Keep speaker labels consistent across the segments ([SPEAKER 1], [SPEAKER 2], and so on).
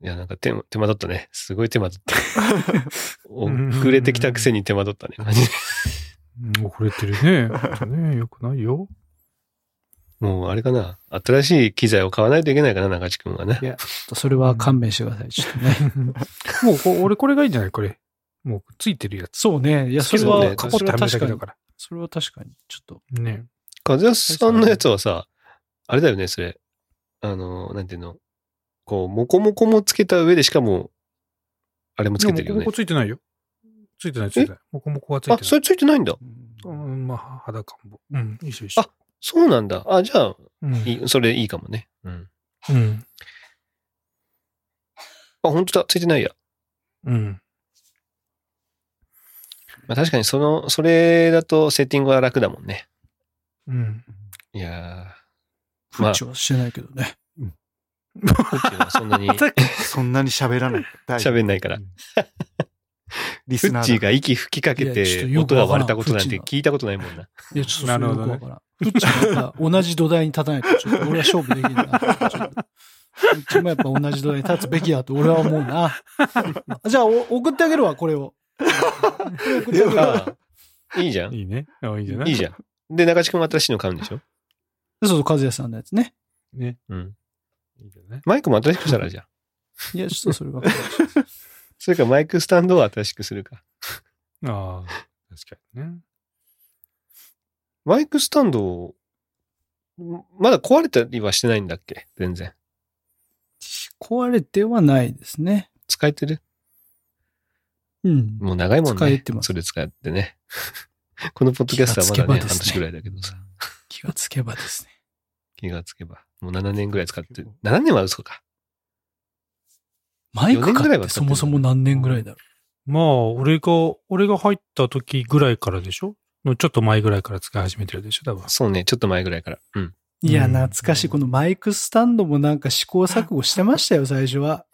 [SPEAKER 1] いや、なんか手、手間取ったね。すごい手間取った。 遅れてきたくせに手間取ったね。マジで
[SPEAKER 2] うん遅れてる ね。ちょっとね、よくないよ。
[SPEAKER 1] もう、あれかな。新しい機材を買わないといけないかな、中地君はね
[SPEAKER 3] い。や、ちょっとそれは勘弁してください。ちょっとね。
[SPEAKER 2] もうこ、俺これがいいんじゃないこれ。もう、ついてるやつ。
[SPEAKER 3] そうね。いや、それ
[SPEAKER 1] そう
[SPEAKER 3] は、
[SPEAKER 1] ね
[SPEAKER 2] カ
[SPEAKER 3] か
[SPEAKER 2] ポ
[SPEAKER 3] こ
[SPEAKER 2] ッて
[SPEAKER 3] れは
[SPEAKER 2] はめるだ
[SPEAKER 3] 確か
[SPEAKER 2] けだ。
[SPEAKER 3] に
[SPEAKER 2] から。
[SPEAKER 3] それは確かに。ちょっと。
[SPEAKER 2] ね。
[SPEAKER 1] 和康さんのやつはさ、あれだよね、それ。あの、なんていうの。こう、モコモコもつけた上で、しかも、あれもつけてるよ
[SPEAKER 2] でもモコモ
[SPEAKER 1] ね
[SPEAKER 2] コ。ついてないよ。ついてない、ついてない。モコモコはついて
[SPEAKER 1] あ
[SPEAKER 2] ない、。
[SPEAKER 1] それついてないんだ。
[SPEAKER 2] う
[SPEAKER 3] うん
[SPEAKER 2] ん、まあ、肌感も。うん、一緒一緒。
[SPEAKER 1] あそうなんだ。あ、じゃあ、
[SPEAKER 2] うん、
[SPEAKER 1] いいそれいいかもね。うん。
[SPEAKER 2] うん。
[SPEAKER 1] あ、本当だ。ついてないや。
[SPEAKER 2] うん。
[SPEAKER 1] まあ、確かに、その、それだと、セッティングは楽だもんね。
[SPEAKER 2] うん。
[SPEAKER 1] いや
[SPEAKER 3] 不調はしてないけどね。
[SPEAKER 1] ー、ホッキーはそんな に
[SPEAKER 4] そんなに喋らない。大丈夫
[SPEAKER 1] 喋んないから。
[SPEAKER 4] リ
[SPEAKER 1] フ
[SPEAKER 4] スナ
[SPEAKER 1] ッチー
[SPEAKER 4] ーだ。
[SPEAKER 1] が息吹きかけ
[SPEAKER 3] いやちょっと
[SPEAKER 1] て
[SPEAKER 3] よく
[SPEAKER 1] 音
[SPEAKER 3] わからん
[SPEAKER 1] が割れたことなんて聞いたことないもん な。
[SPEAKER 3] いや、ちょっとそれ
[SPEAKER 2] な
[SPEAKER 3] よ
[SPEAKER 2] るほ
[SPEAKER 3] く
[SPEAKER 2] ど
[SPEAKER 3] わ
[SPEAKER 2] ね
[SPEAKER 3] からん。フッチもやっぱ同じ土台に立たないと、ちょっと俺は勝負できないな。ちょっとフッチもやっぱ同じ土台に立つべきだと俺は思う な。じゃあ、お送ってあげるわ、これを。これ送ってあげるわ。
[SPEAKER 1] ああいいじゃん。い
[SPEAKER 2] いいね。あいいじゃない
[SPEAKER 1] いじゃん。で、中地君も新しいの買うんでしょ
[SPEAKER 3] そうそう、和也さんのやつね。
[SPEAKER 2] ん。ね。
[SPEAKER 1] うん。
[SPEAKER 2] いいじゃない
[SPEAKER 1] マイクも新しくしたらじゃん。
[SPEAKER 3] いや、ちょっとそれは勘弁して。
[SPEAKER 1] それかマイクスタンドを新しくするか。
[SPEAKER 2] ああ、確かにね。
[SPEAKER 1] マイクスタンドを、んまだ壊れたりはしてないんだっけ全然。
[SPEAKER 3] 壊れてはないですね。
[SPEAKER 1] 使えてる
[SPEAKER 3] うん。
[SPEAKER 1] もう長いもんね。
[SPEAKER 3] 使えてます
[SPEAKER 1] それ使ってね。 このポッドキャストはまだね、
[SPEAKER 3] 気がつけばですね
[SPEAKER 1] 半年ぐらいだけどさ。
[SPEAKER 3] 気がつけばですね。
[SPEAKER 1] 気がつけば。もう7年ぐらい使って、7年は嘘か。
[SPEAKER 3] マイク
[SPEAKER 1] 四年ぐ
[SPEAKER 3] 買
[SPEAKER 1] らい
[SPEAKER 3] っ
[SPEAKER 1] は
[SPEAKER 3] て
[SPEAKER 1] 使って
[SPEAKER 3] そ
[SPEAKER 1] る
[SPEAKER 3] もそも何年ぐらいだろ
[SPEAKER 2] まあ、俺が、俺が入った時ぐらいからでしょのちょっと前ぐらいから使い始めてるでしょ多分。
[SPEAKER 1] そうね、ちょっと前ぐらいから。うん。
[SPEAKER 3] う。いや、
[SPEAKER 2] うん
[SPEAKER 3] 懐かしい。このマイクスタンドもなんか試行錯誤して ましたよ、最初は。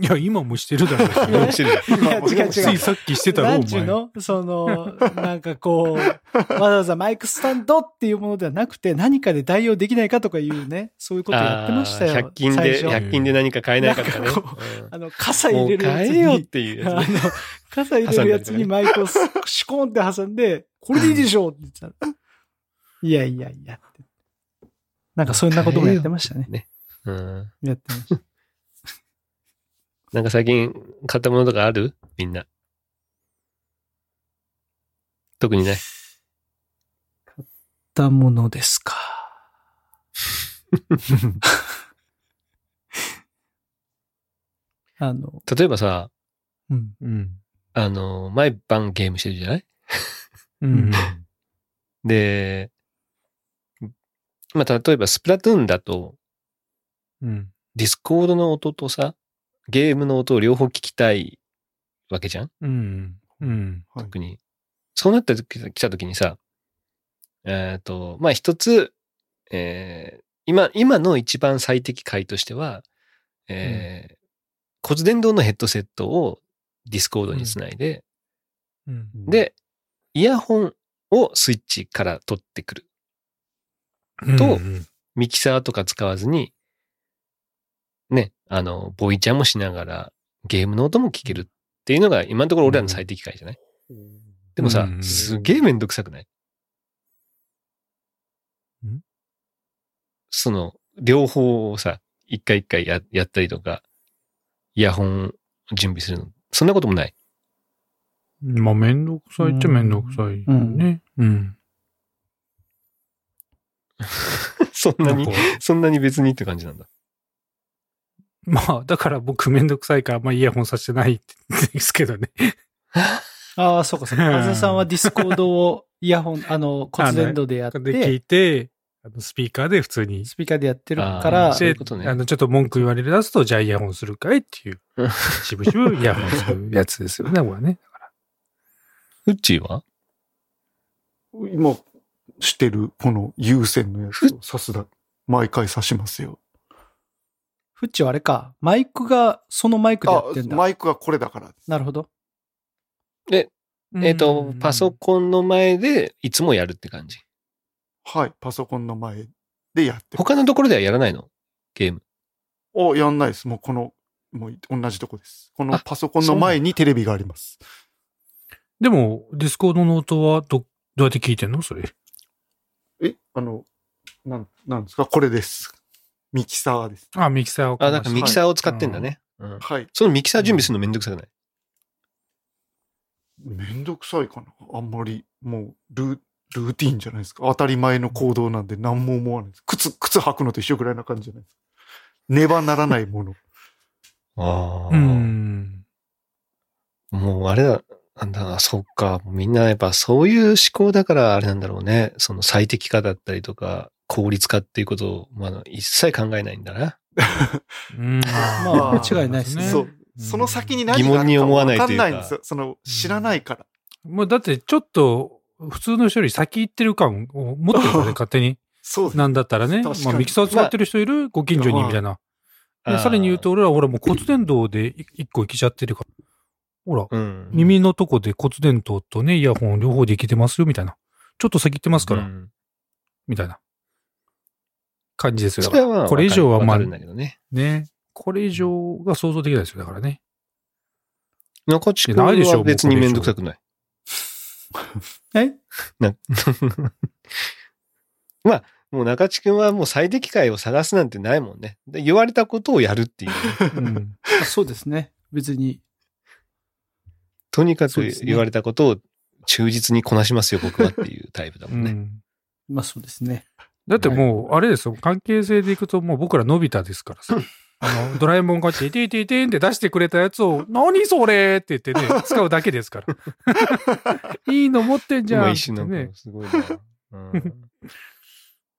[SPEAKER 2] いや、今もしてるだろ。
[SPEAKER 1] 面 白い。
[SPEAKER 3] いや、違う
[SPEAKER 2] つ
[SPEAKER 3] 違。
[SPEAKER 2] いうさっきしてたろ、
[SPEAKER 3] な
[SPEAKER 2] お
[SPEAKER 3] んちゅう
[SPEAKER 2] 前。
[SPEAKER 3] のその、なんかこう、 わざわざマイクスタンドっていうものではなくて、何かで代用できないかとかいうね、そういうことやってましたよ。
[SPEAKER 1] あー100均
[SPEAKER 3] 最
[SPEAKER 1] で、
[SPEAKER 3] 初。
[SPEAKER 1] 100均で何か買えないかとかね
[SPEAKER 3] なんかこ。あの、傘入
[SPEAKER 1] も
[SPEAKER 3] れ
[SPEAKER 1] う
[SPEAKER 3] るや
[SPEAKER 1] 買
[SPEAKER 3] つ
[SPEAKER 1] えよっ
[SPEAKER 3] に、
[SPEAKER 1] ていう
[SPEAKER 3] あの
[SPEAKER 1] やつね。、
[SPEAKER 3] 傘入れるやつにマイクをシコンって挟んで、これでいいでしょうって言ってたの。いやいやいやって。なんかそんなこともやってましたね。
[SPEAKER 1] うん。
[SPEAKER 3] やってました。
[SPEAKER 1] なんか最近買ったものとかあるみんな。特にね。
[SPEAKER 3] たものですか。あの、
[SPEAKER 1] 例えばさ、
[SPEAKER 3] うん。
[SPEAKER 2] うん。
[SPEAKER 1] あの、毎晩ゲームしてるじゃない
[SPEAKER 2] うん。
[SPEAKER 1] で、まあ、例えばスプラトゥーンだと、
[SPEAKER 2] うん。
[SPEAKER 1] ディスコードの音とさ、ゲームの音を両方聞きたいわけじゃん
[SPEAKER 2] うん。うん。
[SPEAKER 4] はい
[SPEAKER 1] 特に。そうなってきたときにさ、えっ、と、まあ、一つ、えー今、今の一番最適解としては、えー骨伝導のヘッドセットをディスコードにつないで、
[SPEAKER 2] うん。
[SPEAKER 1] で、イヤホンをスイッチから取ってくる。と
[SPEAKER 2] うん
[SPEAKER 1] ミキサーとか使わずに、ね、あの、ボイチャもしながら、ゲームの音も聞けるっていうのが、今のところ俺らの最適解じゃない、でもさ
[SPEAKER 2] う、ん
[SPEAKER 1] すげえめんどくさくない
[SPEAKER 2] ん
[SPEAKER 1] その、両方をさ、一回一回ややったりとか、イヤホン準備するの。そんなこともない。
[SPEAKER 2] まあ、めんどくさいっちゃめんどくさいよね。うん。
[SPEAKER 1] そんな
[SPEAKER 2] なん
[SPEAKER 1] に
[SPEAKER 2] か、
[SPEAKER 1] そんなに別にって感じなんだ。
[SPEAKER 2] まあ、だから僕めんどくさいから、まあ、イヤホンさせてないですけどね。
[SPEAKER 3] ああ、そうかそうか。あずさんはディスコードをイヤホン、あの、骨伝導でやっ
[SPEAKER 2] で、聞
[SPEAKER 3] て、
[SPEAKER 2] いて、あのスピーカーで普通に。
[SPEAKER 3] スピーカーでやってるか
[SPEAKER 1] あ
[SPEAKER 3] ら
[SPEAKER 1] ー、
[SPEAKER 2] で
[SPEAKER 1] そういうことね
[SPEAKER 2] あの、ちょっと文句言われ出すと、じゃあイヤホンするかいっていう
[SPEAKER 1] うん、
[SPEAKER 2] しぶしぶイヤホンするやつですよね、これね。
[SPEAKER 1] フッチーは
[SPEAKER 4] 今、してる、この有線のやつを刺すだ。毎回刺しますよ。
[SPEAKER 3] フッチはあれか、マイクが、そのマイクでや
[SPEAKER 4] あ
[SPEAKER 3] ってん、だ。
[SPEAKER 4] マイクはこれだから。
[SPEAKER 3] なるほど。
[SPEAKER 1] えっ、と、パソ
[SPEAKER 2] ン。
[SPEAKER 1] コンの前でいつもやるって感じ。
[SPEAKER 4] はい。パソコンの前でやってる
[SPEAKER 1] 他のところではやらないのゲーム。
[SPEAKER 4] お、やんないです。もうこのもう同じとこです。このパソコンの前にテレビがあります。
[SPEAKER 2] でも、ディスコードの音はど、どうやって聞いてんのそれ。
[SPEAKER 4] え、あの、なん、なんですかこれです。ミキサーです。
[SPEAKER 2] あ、ミキサーを。
[SPEAKER 1] あ、なんかミキサーを使ってんだね。うん
[SPEAKER 4] はい。
[SPEAKER 1] そのミキサー準備するのめんどくさくない
[SPEAKER 4] めんどくさいかな。あんまり、もう、ルー、ルーティーンじゃないですか。当たり前の行動なんで何も思わないです。靴、靴履くのと一緒ぐらいな感じじゃない ですか。ねばならないもの。
[SPEAKER 1] あ
[SPEAKER 2] う。ん。
[SPEAKER 1] もうあれだ、なんだ、そっか。みんなやっぱそういう思考だからあれなんだろうね。その最適化だったりとか、効率化っていうことを、まああの、一切考えないんだな。
[SPEAKER 2] うん。
[SPEAKER 4] まあ
[SPEAKER 3] 間違いないですね
[SPEAKER 4] そう。その先に何があ
[SPEAKER 1] 疑問に
[SPEAKER 4] るか
[SPEAKER 1] 思わ
[SPEAKER 4] わ
[SPEAKER 1] ない
[SPEAKER 4] か
[SPEAKER 1] という
[SPEAKER 4] ん
[SPEAKER 1] か
[SPEAKER 4] ないんですよ。その、知らないから。
[SPEAKER 2] まあ、だってちょっと、普通の人より先行ってる感を持ってるからね、勝手に。
[SPEAKER 4] そうです。
[SPEAKER 2] なんだったらね。
[SPEAKER 4] 確かに
[SPEAKER 2] まあ、ミキサー使ってる人いるご近所に、みたいな。でさらに言うと、俺らほらもう骨伝導でい一個いけちゃってるから。ほら、
[SPEAKER 1] あー、うん。
[SPEAKER 2] 耳のとこで骨伝導とね、イヤホン両方でいけてますよ、みたいな。ちょっと先行ってますから、
[SPEAKER 1] うん
[SPEAKER 2] みたいな。感じですよ。
[SPEAKER 1] そ
[SPEAKER 2] だか
[SPEAKER 1] れは
[SPEAKER 2] ら
[SPEAKER 1] まあ、
[SPEAKER 2] これ以上はま
[SPEAKER 1] わ
[SPEAKER 2] あ
[SPEAKER 1] かるん、だけどね。
[SPEAKER 2] ね。これ以上が想像できないですよ、だからね。
[SPEAKER 1] 中地君
[SPEAKER 2] いやないでしょ
[SPEAKER 1] は別にめんどくさくない。
[SPEAKER 3] え
[SPEAKER 1] な まあ、もう中地君はもう最適解を探すなんてないもんね。で言われたことをやるっていうね、
[SPEAKER 2] うん。
[SPEAKER 3] あそうですね。別に。
[SPEAKER 1] とにか
[SPEAKER 3] そ
[SPEAKER 1] く
[SPEAKER 3] うですね
[SPEAKER 1] 言われたことを忠実にこなしますよ、僕はっていうタイプだも
[SPEAKER 2] うん
[SPEAKER 1] ね。
[SPEAKER 2] ん。
[SPEAKER 3] まあそうですね。
[SPEAKER 2] だってもう、あれですよ、関係性でいくと、もう僕らのび太ですから さ。あの、ドラえもんがて、てててんって出してくれたやつを、何それって言って ね、使うだけですから。いいの持ってんじゃ
[SPEAKER 1] 今
[SPEAKER 2] ん
[SPEAKER 1] 一瞬なん
[SPEAKER 2] ね
[SPEAKER 1] か。すごいな。うん、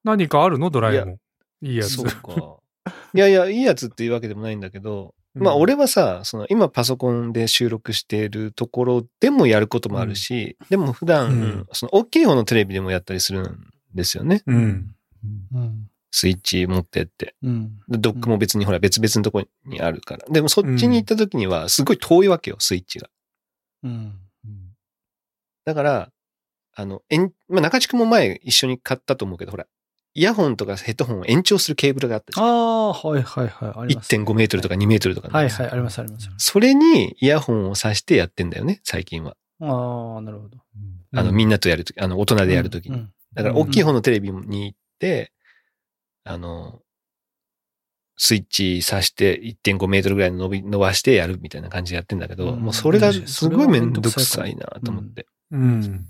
[SPEAKER 2] 何かあるのドラえもん。 いいやつ
[SPEAKER 1] そう。か。 いやいや、いいやつっていうわけでもないんだけど、まあ
[SPEAKER 2] うん
[SPEAKER 1] 俺、はさ、その今パソコンで収録しているところでもやることもあるし、でも普段、
[SPEAKER 2] うん
[SPEAKER 1] その大きい方のテレビでもやったりするんですよね。
[SPEAKER 2] うん。
[SPEAKER 3] うん。
[SPEAKER 1] スイッチ持ってって。
[SPEAKER 3] うん。
[SPEAKER 1] でドックも別にほら別々のとこにあるから。でもそっちに行った時にはすごい遠いわけよ、スイッチが。
[SPEAKER 3] うん。
[SPEAKER 1] だから、あの、えんまあ、中地区も前一緒に買ったと思うけど、ほら、イヤホンとかヘッドホンを延長するケーブルがあったじ
[SPEAKER 3] あ
[SPEAKER 1] ゃん。
[SPEAKER 3] あ、はいはいはい。あります。
[SPEAKER 1] 1.5メートルとか2メートルとかの
[SPEAKER 3] はい
[SPEAKER 1] やつ
[SPEAKER 3] はい、ありますあります。
[SPEAKER 1] それにイヤホンを挿してやってんだよね、最近は。
[SPEAKER 3] ああ、なるほど。
[SPEAKER 1] あの、みんなとやるとき、あの、大人でやるとき
[SPEAKER 3] う
[SPEAKER 1] に。
[SPEAKER 3] ん
[SPEAKER 1] だから、大きい方のテレビに行って、あの、スイッチ挿して1.5メートルぐらいの伸び、伸ばしてやるみたいな感じでやってんだけど、
[SPEAKER 3] うん
[SPEAKER 1] もうそれが
[SPEAKER 3] 確かに
[SPEAKER 1] すごいめんどくさいなと思って。
[SPEAKER 2] うん。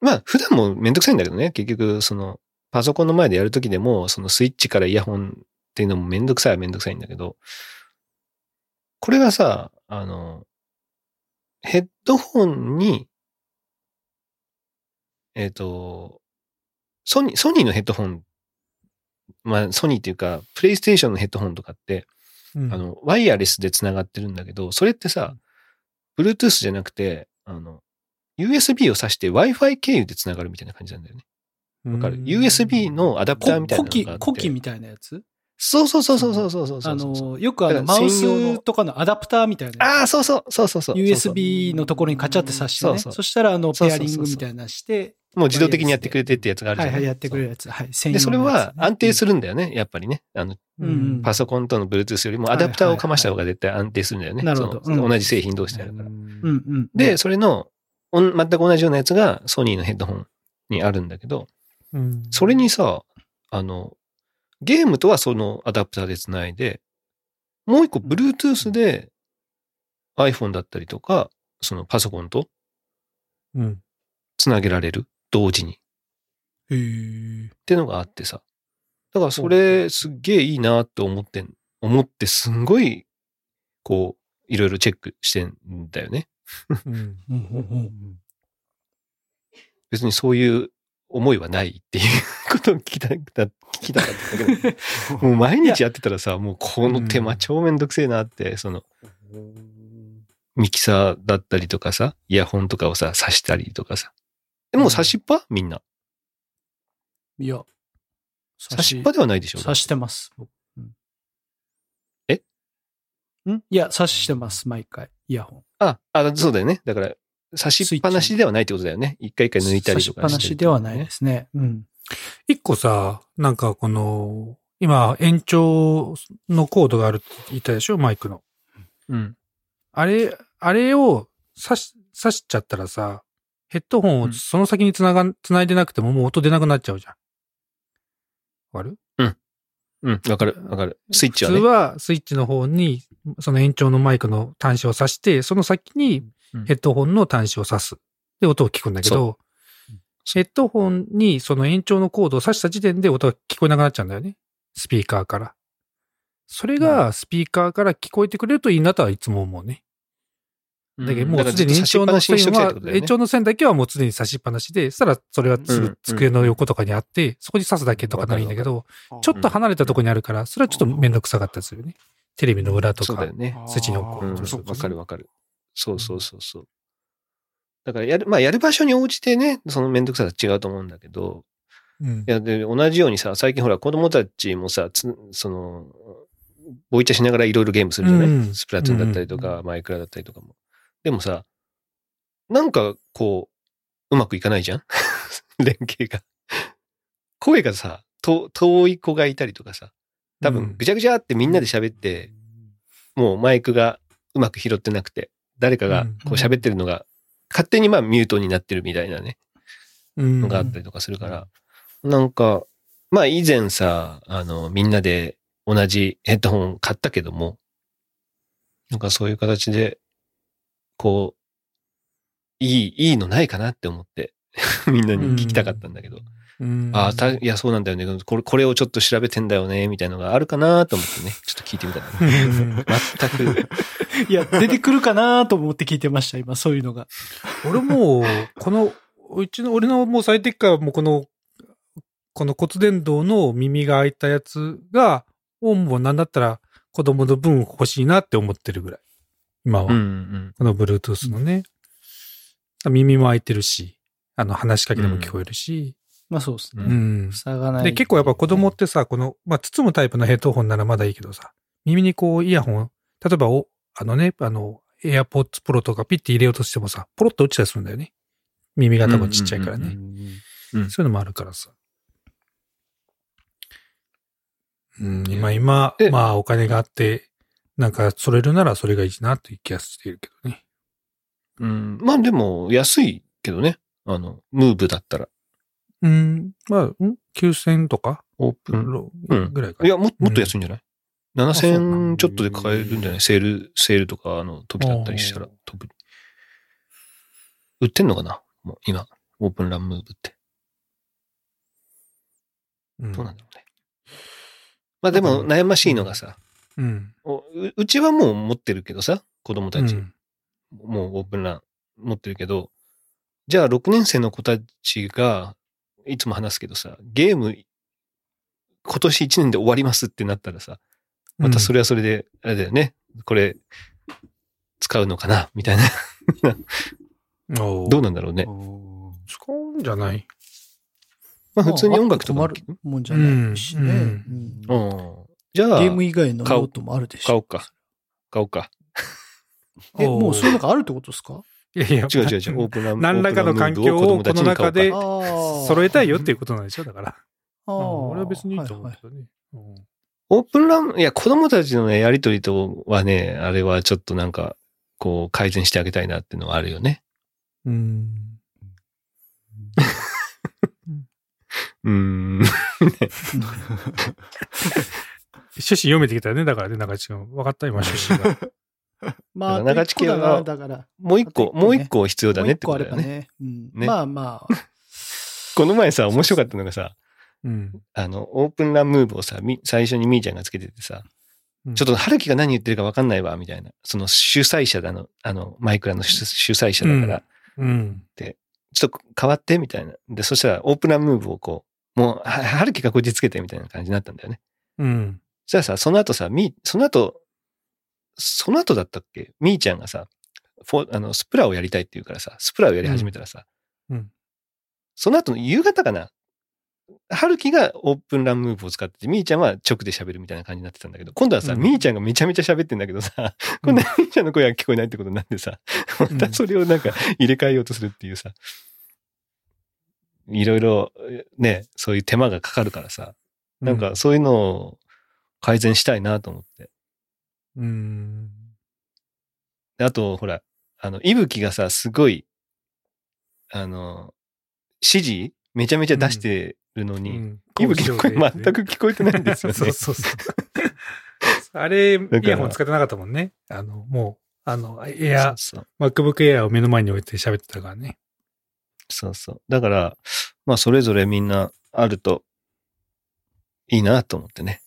[SPEAKER 1] まあ、普段もめんどくさいんだけどね、結局、その、パソコンの前でやるときでも、そのスイッチからイヤホンっていうのもめんどくさいはめんどくさいんだけど、これがさ、あの、ヘッドホンに、えっ、と、ソニー、ソニーのヘッドホン、まあ、ソニーっていうか、プレイステーションのヘッドホンとかって、
[SPEAKER 2] うん
[SPEAKER 1] あ、の、ワイヤレスで繋がってるんだけど、それってさ、Bluetooth じゃなくて、あの、USB を挿して Wi-Fi 経由で繋がるみたいな感じなんだよね。
[SPEAKER 2] わ
[SPEAKER 1] わかる ?USB。のアダプターみたいな
[SPEAKER 3] コ
[SPEAKER 1] のがあって。、
[SPEAKER 3] キコキみたいなやつ
[SPEAKER 1] そうそうそうそうそうそうそう
[SPEAKER 3] あ
[SPEAKER 1] そう
[SPEAKER 3] の、よくあの、
[SPEAKER 1] だか
[SPEAKER 3] マ
[SPEAKER 1] ら
[SPEAKER 3] ウ
[SPEAKER 1] 専用の
[SPEAKER 3] スとかのアダプターみたいなやつ。
[SPEAKER 1] ああ、そうそうそうそうそう。
[SPEAKER 3] USB のところにカチャって挿して
[SPEAKER 1] そう
[SPEAKER 3] ね。
[SPEAKER 1] そう
[SPEAKER 3] そしたら、あの、
[SPEAKER 1] そうそ
[SPEAKER 3] ペア
[SPEAKER 1] うそう
[SPEAKER 3] リン
[SPEAKER 1] そう
[SPEAKER 3] グみたいなして、
[SPEAKER 1] もう自動的にやってくれてってやつがあるじ
[SPEAKER 3] は
[SPEAKER 1] ゃ
[SPEAKER 3] い
[SPEAKER 1] ん。
[SPEAKER 3] はい、やってくれる
[SPEAKER 1] そ
[SPEAKER 3] やつ。はい、
[SPEAKER 1] う
[SPEAKER 3] 専
[SPEAKER 1] で、
[SPEAKER 3] 用
[SPEAKER 1] それ
[SPEAKER 3] のや
[SPEAKER 1] は
[SPEAKER 3] つね
[SPEAKER 1] 安定するんだよね、やっぱりね。あの、
[SPEAKER 3] うん
[SPEAKER 1] パソコンとの Bluetooth よりもアダプターをかました方が絶対安定するんだよね。
[SPEAKER 3] はいはいはいなるほど
[SPEAKER 1] その
[SPEAKER 3] うん
[SPEAKER 1] 同じ製品同士であるから。
[SPEAKER 3] うんうん。
[SPEAKER 1] で、、それの、おん全く同じようなやつがソニーのヘッドホンにあるんだけど、
[SPEAKER 2] うん
[SPEAKER 1] それにさ、あの、ゲームとはそのアダプターでつないで、もう一個 Bluetooth で iPhone だったりとか、そのパソコンと
[SPEAKER 2] うん。
[SPEAKER 1] つなげられる。同時に。っ
[SPEAKER 3] へー
[SPEAKER 1] てのがあってさ。だからそれすっげえいいなって思ってん、思ってすんごい、こう、いろいろチェックしてんだよね。
[SPEAKER 2] うん
[SPEAKER 3] うんうんうん
[SPEAKER 1] 別にそういう思いはないっていうことを聞きたくな、聞きたかったんだけ ど、もう毎日やってたらさ、もうこの手間超めんどくせえなって、その、ミキサーだったりとかさ、イヤホンとかをさ、挿したりとかさ。えもう挿しっぱみんな。
[SPEAKER 3] いや、差
[SPEAKER 1] 挿しっぱではないでしょ
[SPEAKER 3] 刺してます。僕うん
[SPEAKER 1] え
[SPEAKER 3] んいや、刺してます、毎回。イヤホン。
[SPEAKER 1] あ、あ、そうだよね。だから、挿しっぱなしではないってことだよね。一回一回抜いたりとか
[SPEAKER 3] 刺しっぱなしではないですね。うん。
[SPEAKER 2] 一個さ、なんかこの、今、延長のコードがあるって言ったでしょ、マイクの。
[SPEAKER 1] うん。
[SPEAKER 2] あれ、あれを刺し、刺しちゃったらさ、ヘッドホン
[SPEAKER 1] う
[SPEAKER 2] を
[SPEAKER 1] ん
[SPEAKER 2] その先につながん、つないでなくてももう音出なくなっちゃうじゃん。わかる
[SPEAKER 1] うん。わかる。わかる。スイッチは
[SPEAKER 2] 普
[SPEAKER 1] ね
[SPEAKER 2] 通。はスイッチの方に、その延長のマイクの端子を挿して、その先に
[SPEAKER 1] うん
[SPEAKER 2] ヘッドホンの端子を挿す。で、音を聞くんだけど、ヘッドホンにその延長のコードを挿した時点で音が聞こえなくなっちゃうんだよね。スピーカーから。それがスピーカーから聞こえてくれるといいなとはいつも思うね。だけど、もうすでに延長の線は、延長の線だけはもうすでに差しっぱなしで、そしたらそれはす
[SPEAKER 1] うんう
[SPEAKER 2] ぐ
[SPEAKER 1] ん
[SPEAKER 2] 机の横とかにあって、そこに刺すだけとかならいいんだけど、ちょっと離れたとこにあるから、それはちょっとめんどくさかったりするよね。テレビの裏と
[SPEAKER 1] そうだ
[SPEAKER 2] か
[SPEAKER 1] よ。ね。
[SPEAKER 2] スイッチに置こ
[SPEAKER 1] う
[SPEAKER 2] う
[SPEAKER 1] うん、
[SPEAKER 2] とす
[SPEAKER 1] そ
[SPEAKER 2] る
[SPEAKER 1] う
[SPEAKER 2] と
[SPEAKER 1] わかるわかる。そうそうそうそう。だからやる、まあやる場所に応じてね、そのめんどくささ違うと思うんだけど、
[SPEAKER 2] うん
[SPEAKER 1] いや、で、同じようにさ、最近ほら子供たちもさ、つその、ボイチャしながらいろいろゲームするじゃない、
[SPEAKER 2] うん
[SPEAKER 1] スプラトゥーンだったりとか、マイクラだったりとかも。でもさ、なんかこう、うまくいかないじゃん 連携が。声がさ、と遠い子がいたりとかさ、多
[SPEAKER 2] うん
[SPEAKER 1] 分ぐちゃぐちゃってみんなで喋って、もうマイクがうまく拾ってなくて、誰かがこう喋ってるのが、勝手にまあミュートになってるみたいなね、
[SPEAKER 2] うん
[SPEAKER 1] のがあったりとかするから、なんか、まあ以前さ、あの、みんなで同じヘッドホン買ったけども、なんかそういう形で、こう、いい、いいのないかなって思って、 みんなに聞きたかったんだけど、
[SPEAKER 2] うん
[SPEAKER 1] ああ、た、いや、そうなんだよね。これ、これをちょっと調べてんだよね、みたいなのがあるかなと思ってね、ちょっと聞いてみたら、ね、
[SPEAKER 2] うん
[SPEAKER 1] 全く、
[SPEAKER 3] いや、出てくるかなと思って聞いてました、今、そういうのが。
[SPEAKER 2] 俺もう、この、うちの、俺のもう最適化はもうこの、この骨伝導の耳が開いたやつが、オンもなんだったら子供の分欲しいなって思ってるぐらい。今は。
[SPEAKER 1] うんうん。
[SPEAKER 2] この Bluetooth のね。耳も開いてるし、あの、話しかけても聞こえるし。
[SPEAKER 3] まあそうですね。
[SPEAKER 1] う
[SPEAKER 2] うんん。
[SPEAKER 3] 塞がない。
[SPEAKER 2] で、結構やっぱ子供ってさ、この、まあ、包むタイプのヘッドホンならまだいいけどさ、耳にこう、イヤホン、例えばお、あのね、あの、AirPods Pro とかピッて入れようとしてもさ、ポロッと落ちたりするんだよね。耳が多分ちっちゃいから
[SPEAKER 1] うんうん
[SPEAKER 2] ね。
[SPEAKER 1] うん
[SPEAKER 2] そういうのもあるからさ。うん、今今
[SPEAKER 1] え、
[SPEAKER 2] まあお金があって、なんか、それるならそれがいいなという気がしているけどね。
[SPEAKER 1] うん、まあでも、安いけどね。あの、ムーブだったら。
[SPEAKER 2] うん、まあ、ん ?9000 とか
[SPEAKER 1] オープン。
[SPEAKER 2] ロ
[SPEAKER 1] うん
[SPEAKER 2] ぐらいか
[SPEAKER 1] い
[SPEAKER 2] な。
[SPEAKER 1] や、も、もっと安いんじゃない、
[SPEAKER 2] そうな
[SPEAKER 1] ?7000
[SPEAKER 2] の
[SPEAKER 1] ちょっとで買えるんじゃないセール、セールとか、あの、時だったりしたら
[SPEAKER 2] おー、
[SPEAKER 1] 特に。売ってんのかなもう今、オープンランムーブって。
[SPEAKER 2] うん、
[SPEAKER 1] どうなんだろうね。まあでも、悩ましいのがさ、
[SPEAKER 2] うん。
[SPEAKER 1] おううちはもう持ってるけどさ、子供たち。
[SPEAKER 2] うん
[SPEAKER 1] もうオープンラン持ってるけど、じゃあ6年生の子たちが、いつも話すけどさ、ゲーム、今年1年で終わりますってなったらさ、またそれはそれで、あれだよね、これ、使うのかなみたいな。
[SPEAKER 2] うんおー
[SPEAKER 1] どうなんだろうね。
[SPEAKER 2] 使うんじゃない
[SPEAKER 1] まあ普通に音楽とか
[SPEAKER 3] ま
[SPEAKER 1] も
[SPEAKER 3] ああって困るもんじゃないしね。
[SPEAKER 2] うん
[SPEAKER 3] うん
[SPEAKER 1] うんじゃあ、
[SPEAKER 3] ゲーム以外の用途もあるでし
[SPEAKER 1] 買おう
[SPEAKER 3] ょ。
[SPEAKER 1] か。買おうか。
[SPEAKER 3] え、もうそう いうの
[SPEAKER 2] か。
[SPEAKER 3] があるってことですか
[SPEAKER 2] いやいや、
[SPEAKER 1] 違う違う違う、オープンラン
[SPEAKER 2] 何らかの環境を
[SPEAKER 1] オープンランムーブ子供たちに買おうか
[SPEAKER 2] この中でえ揃
[SPEAKER 3] 揃
[SPEAKER 2] えたいよっていうことなんでしょだから。
[SPEAKER 3] あ
[SPEAKER 2] う
[SPEAKER 3] ー
[SPEAKER 2] ん俺は別にいいと思う
[SPEAKER 3] は
[SPEAKER 2] けどね。うん
[SPEAKER 1] オープンラン、いや、子供たちのね、やりとりとはね、あれはちょっとなんか、こう、改善してあげたいなっていうのはあるよね。
[SPEAKER 2] うん。
[SPEAKER 1] うーん。
[SPEAKER 3] いはいうん
[SPEAKER 2] 趣旨読めてきたよね。だからね、中地君。分かった今、趣旨が。
[SPEAKER 3] まあ、
[SPEAKER 1] だから長
[SPEAKER 3] 長
[SPEAKER 1] 地
[SPEAKER 3] 地
[SPEAKER 1] 家
[SPEAKER 3] 家
[SPEAKER 1] は
[SPEAKER 3] は、だから、
[SPEAKER 1] もう一
[SPEAKER 3] あ
[SPEAKER 1] 個、
[SPEAKER 3] と一個ね
[SPEAKER 1] もう一個必要だ
[SPEAKER 3] もう
[SPEAKER 1] ねっ
[SPEAKER 3] 一
[SPEAKER 1] て
[SPEAKER 3] 個
[SPEAKER 1] こ
[SPEAKER 3] あ
[SPEAKER 1] と
[SPEAKER 3] れ
[SPEAKER 1] だよ
[SPEAKER 3] ば
[SPEAKER 1] ね。
[SPEAKER 3] ね。うん
[SPEAKER 1] ね
[SPEAKER 3] まあまあ。
[SPEAKER 1] この前さ、面白かったのがさ、
[SPEAKER 2] うん。
[SPEAKER 1] あの、オープンランムーブをさ、み最初にみーちゃんがつけててさ、
[SPEAKER 2] うん
[SPEAKER 1] ちょっと春樹が何言ってるか分かんないわ、みたいな。その主催者だの、あの、マイクラの主主催者だから、
[SPEAKER 2] うんうん。
[SPEAKER 1] ちょっと変わって、みたいな。で、そしたらオープンランムーブをこう、もう、は春樹がこっちつけて、みたいな感じになったんだよね。
[SPEAKER 2] うん。
[SPEAKER 1] そしたらさ、その後さ、み、その後、その後だったっけみーちゃんがさ、フォあの、スプラをやりたいって言うからさ、スプラをやり始めたらさ、
[SPEAKER 2] うんうん
[SPEAKER 1] その後の夕方かな、春樹がオープンランムーブを使ってて、みーちゃんは直で喋るみたいな感じになってたんだけど、今度はさ、
[SPEAKER 2] うん
[SPEAKER 1] みーちゃんがめちゃめちゃ喋ってんだけどさ、今度はみーちゃんの声が聞こえないってことになってさ、 ま
[SPEAKER 2] うん
[SPEAKER 1] たそれをなんか入れ替えようとするっていうさ、いろいろね、そういう手間がかかるからさ、なんかそういうのを改善したいなと思って。
[SPEAKER 2] うん。
[SPEAKER 1] であと、ほら、あの、いぶきがさ、すごい、あの、指示めちゃめちゃ出してるの
[SPEAKER 2] う
[SPEAKER 1] に、
[SPEAKER 2] ん。
[SPEAKER 1] いぶきの声全く聞こえてないんですよね。
[SPEAKER 2] そうそうそう。あれ、イ
[SPEAKER 1] ら
[SPEAKER 2] ヤホン使ってなかったもんね。あの、もう、あの、エア、
[SPEAKER 1] そう
[SPEAKER 2] MacBook Air を目の前に置いて喋ってたからね。
[SPEAKER 1] そうそう。だから、まあ、それぞれみんなあるといいなと思ってね。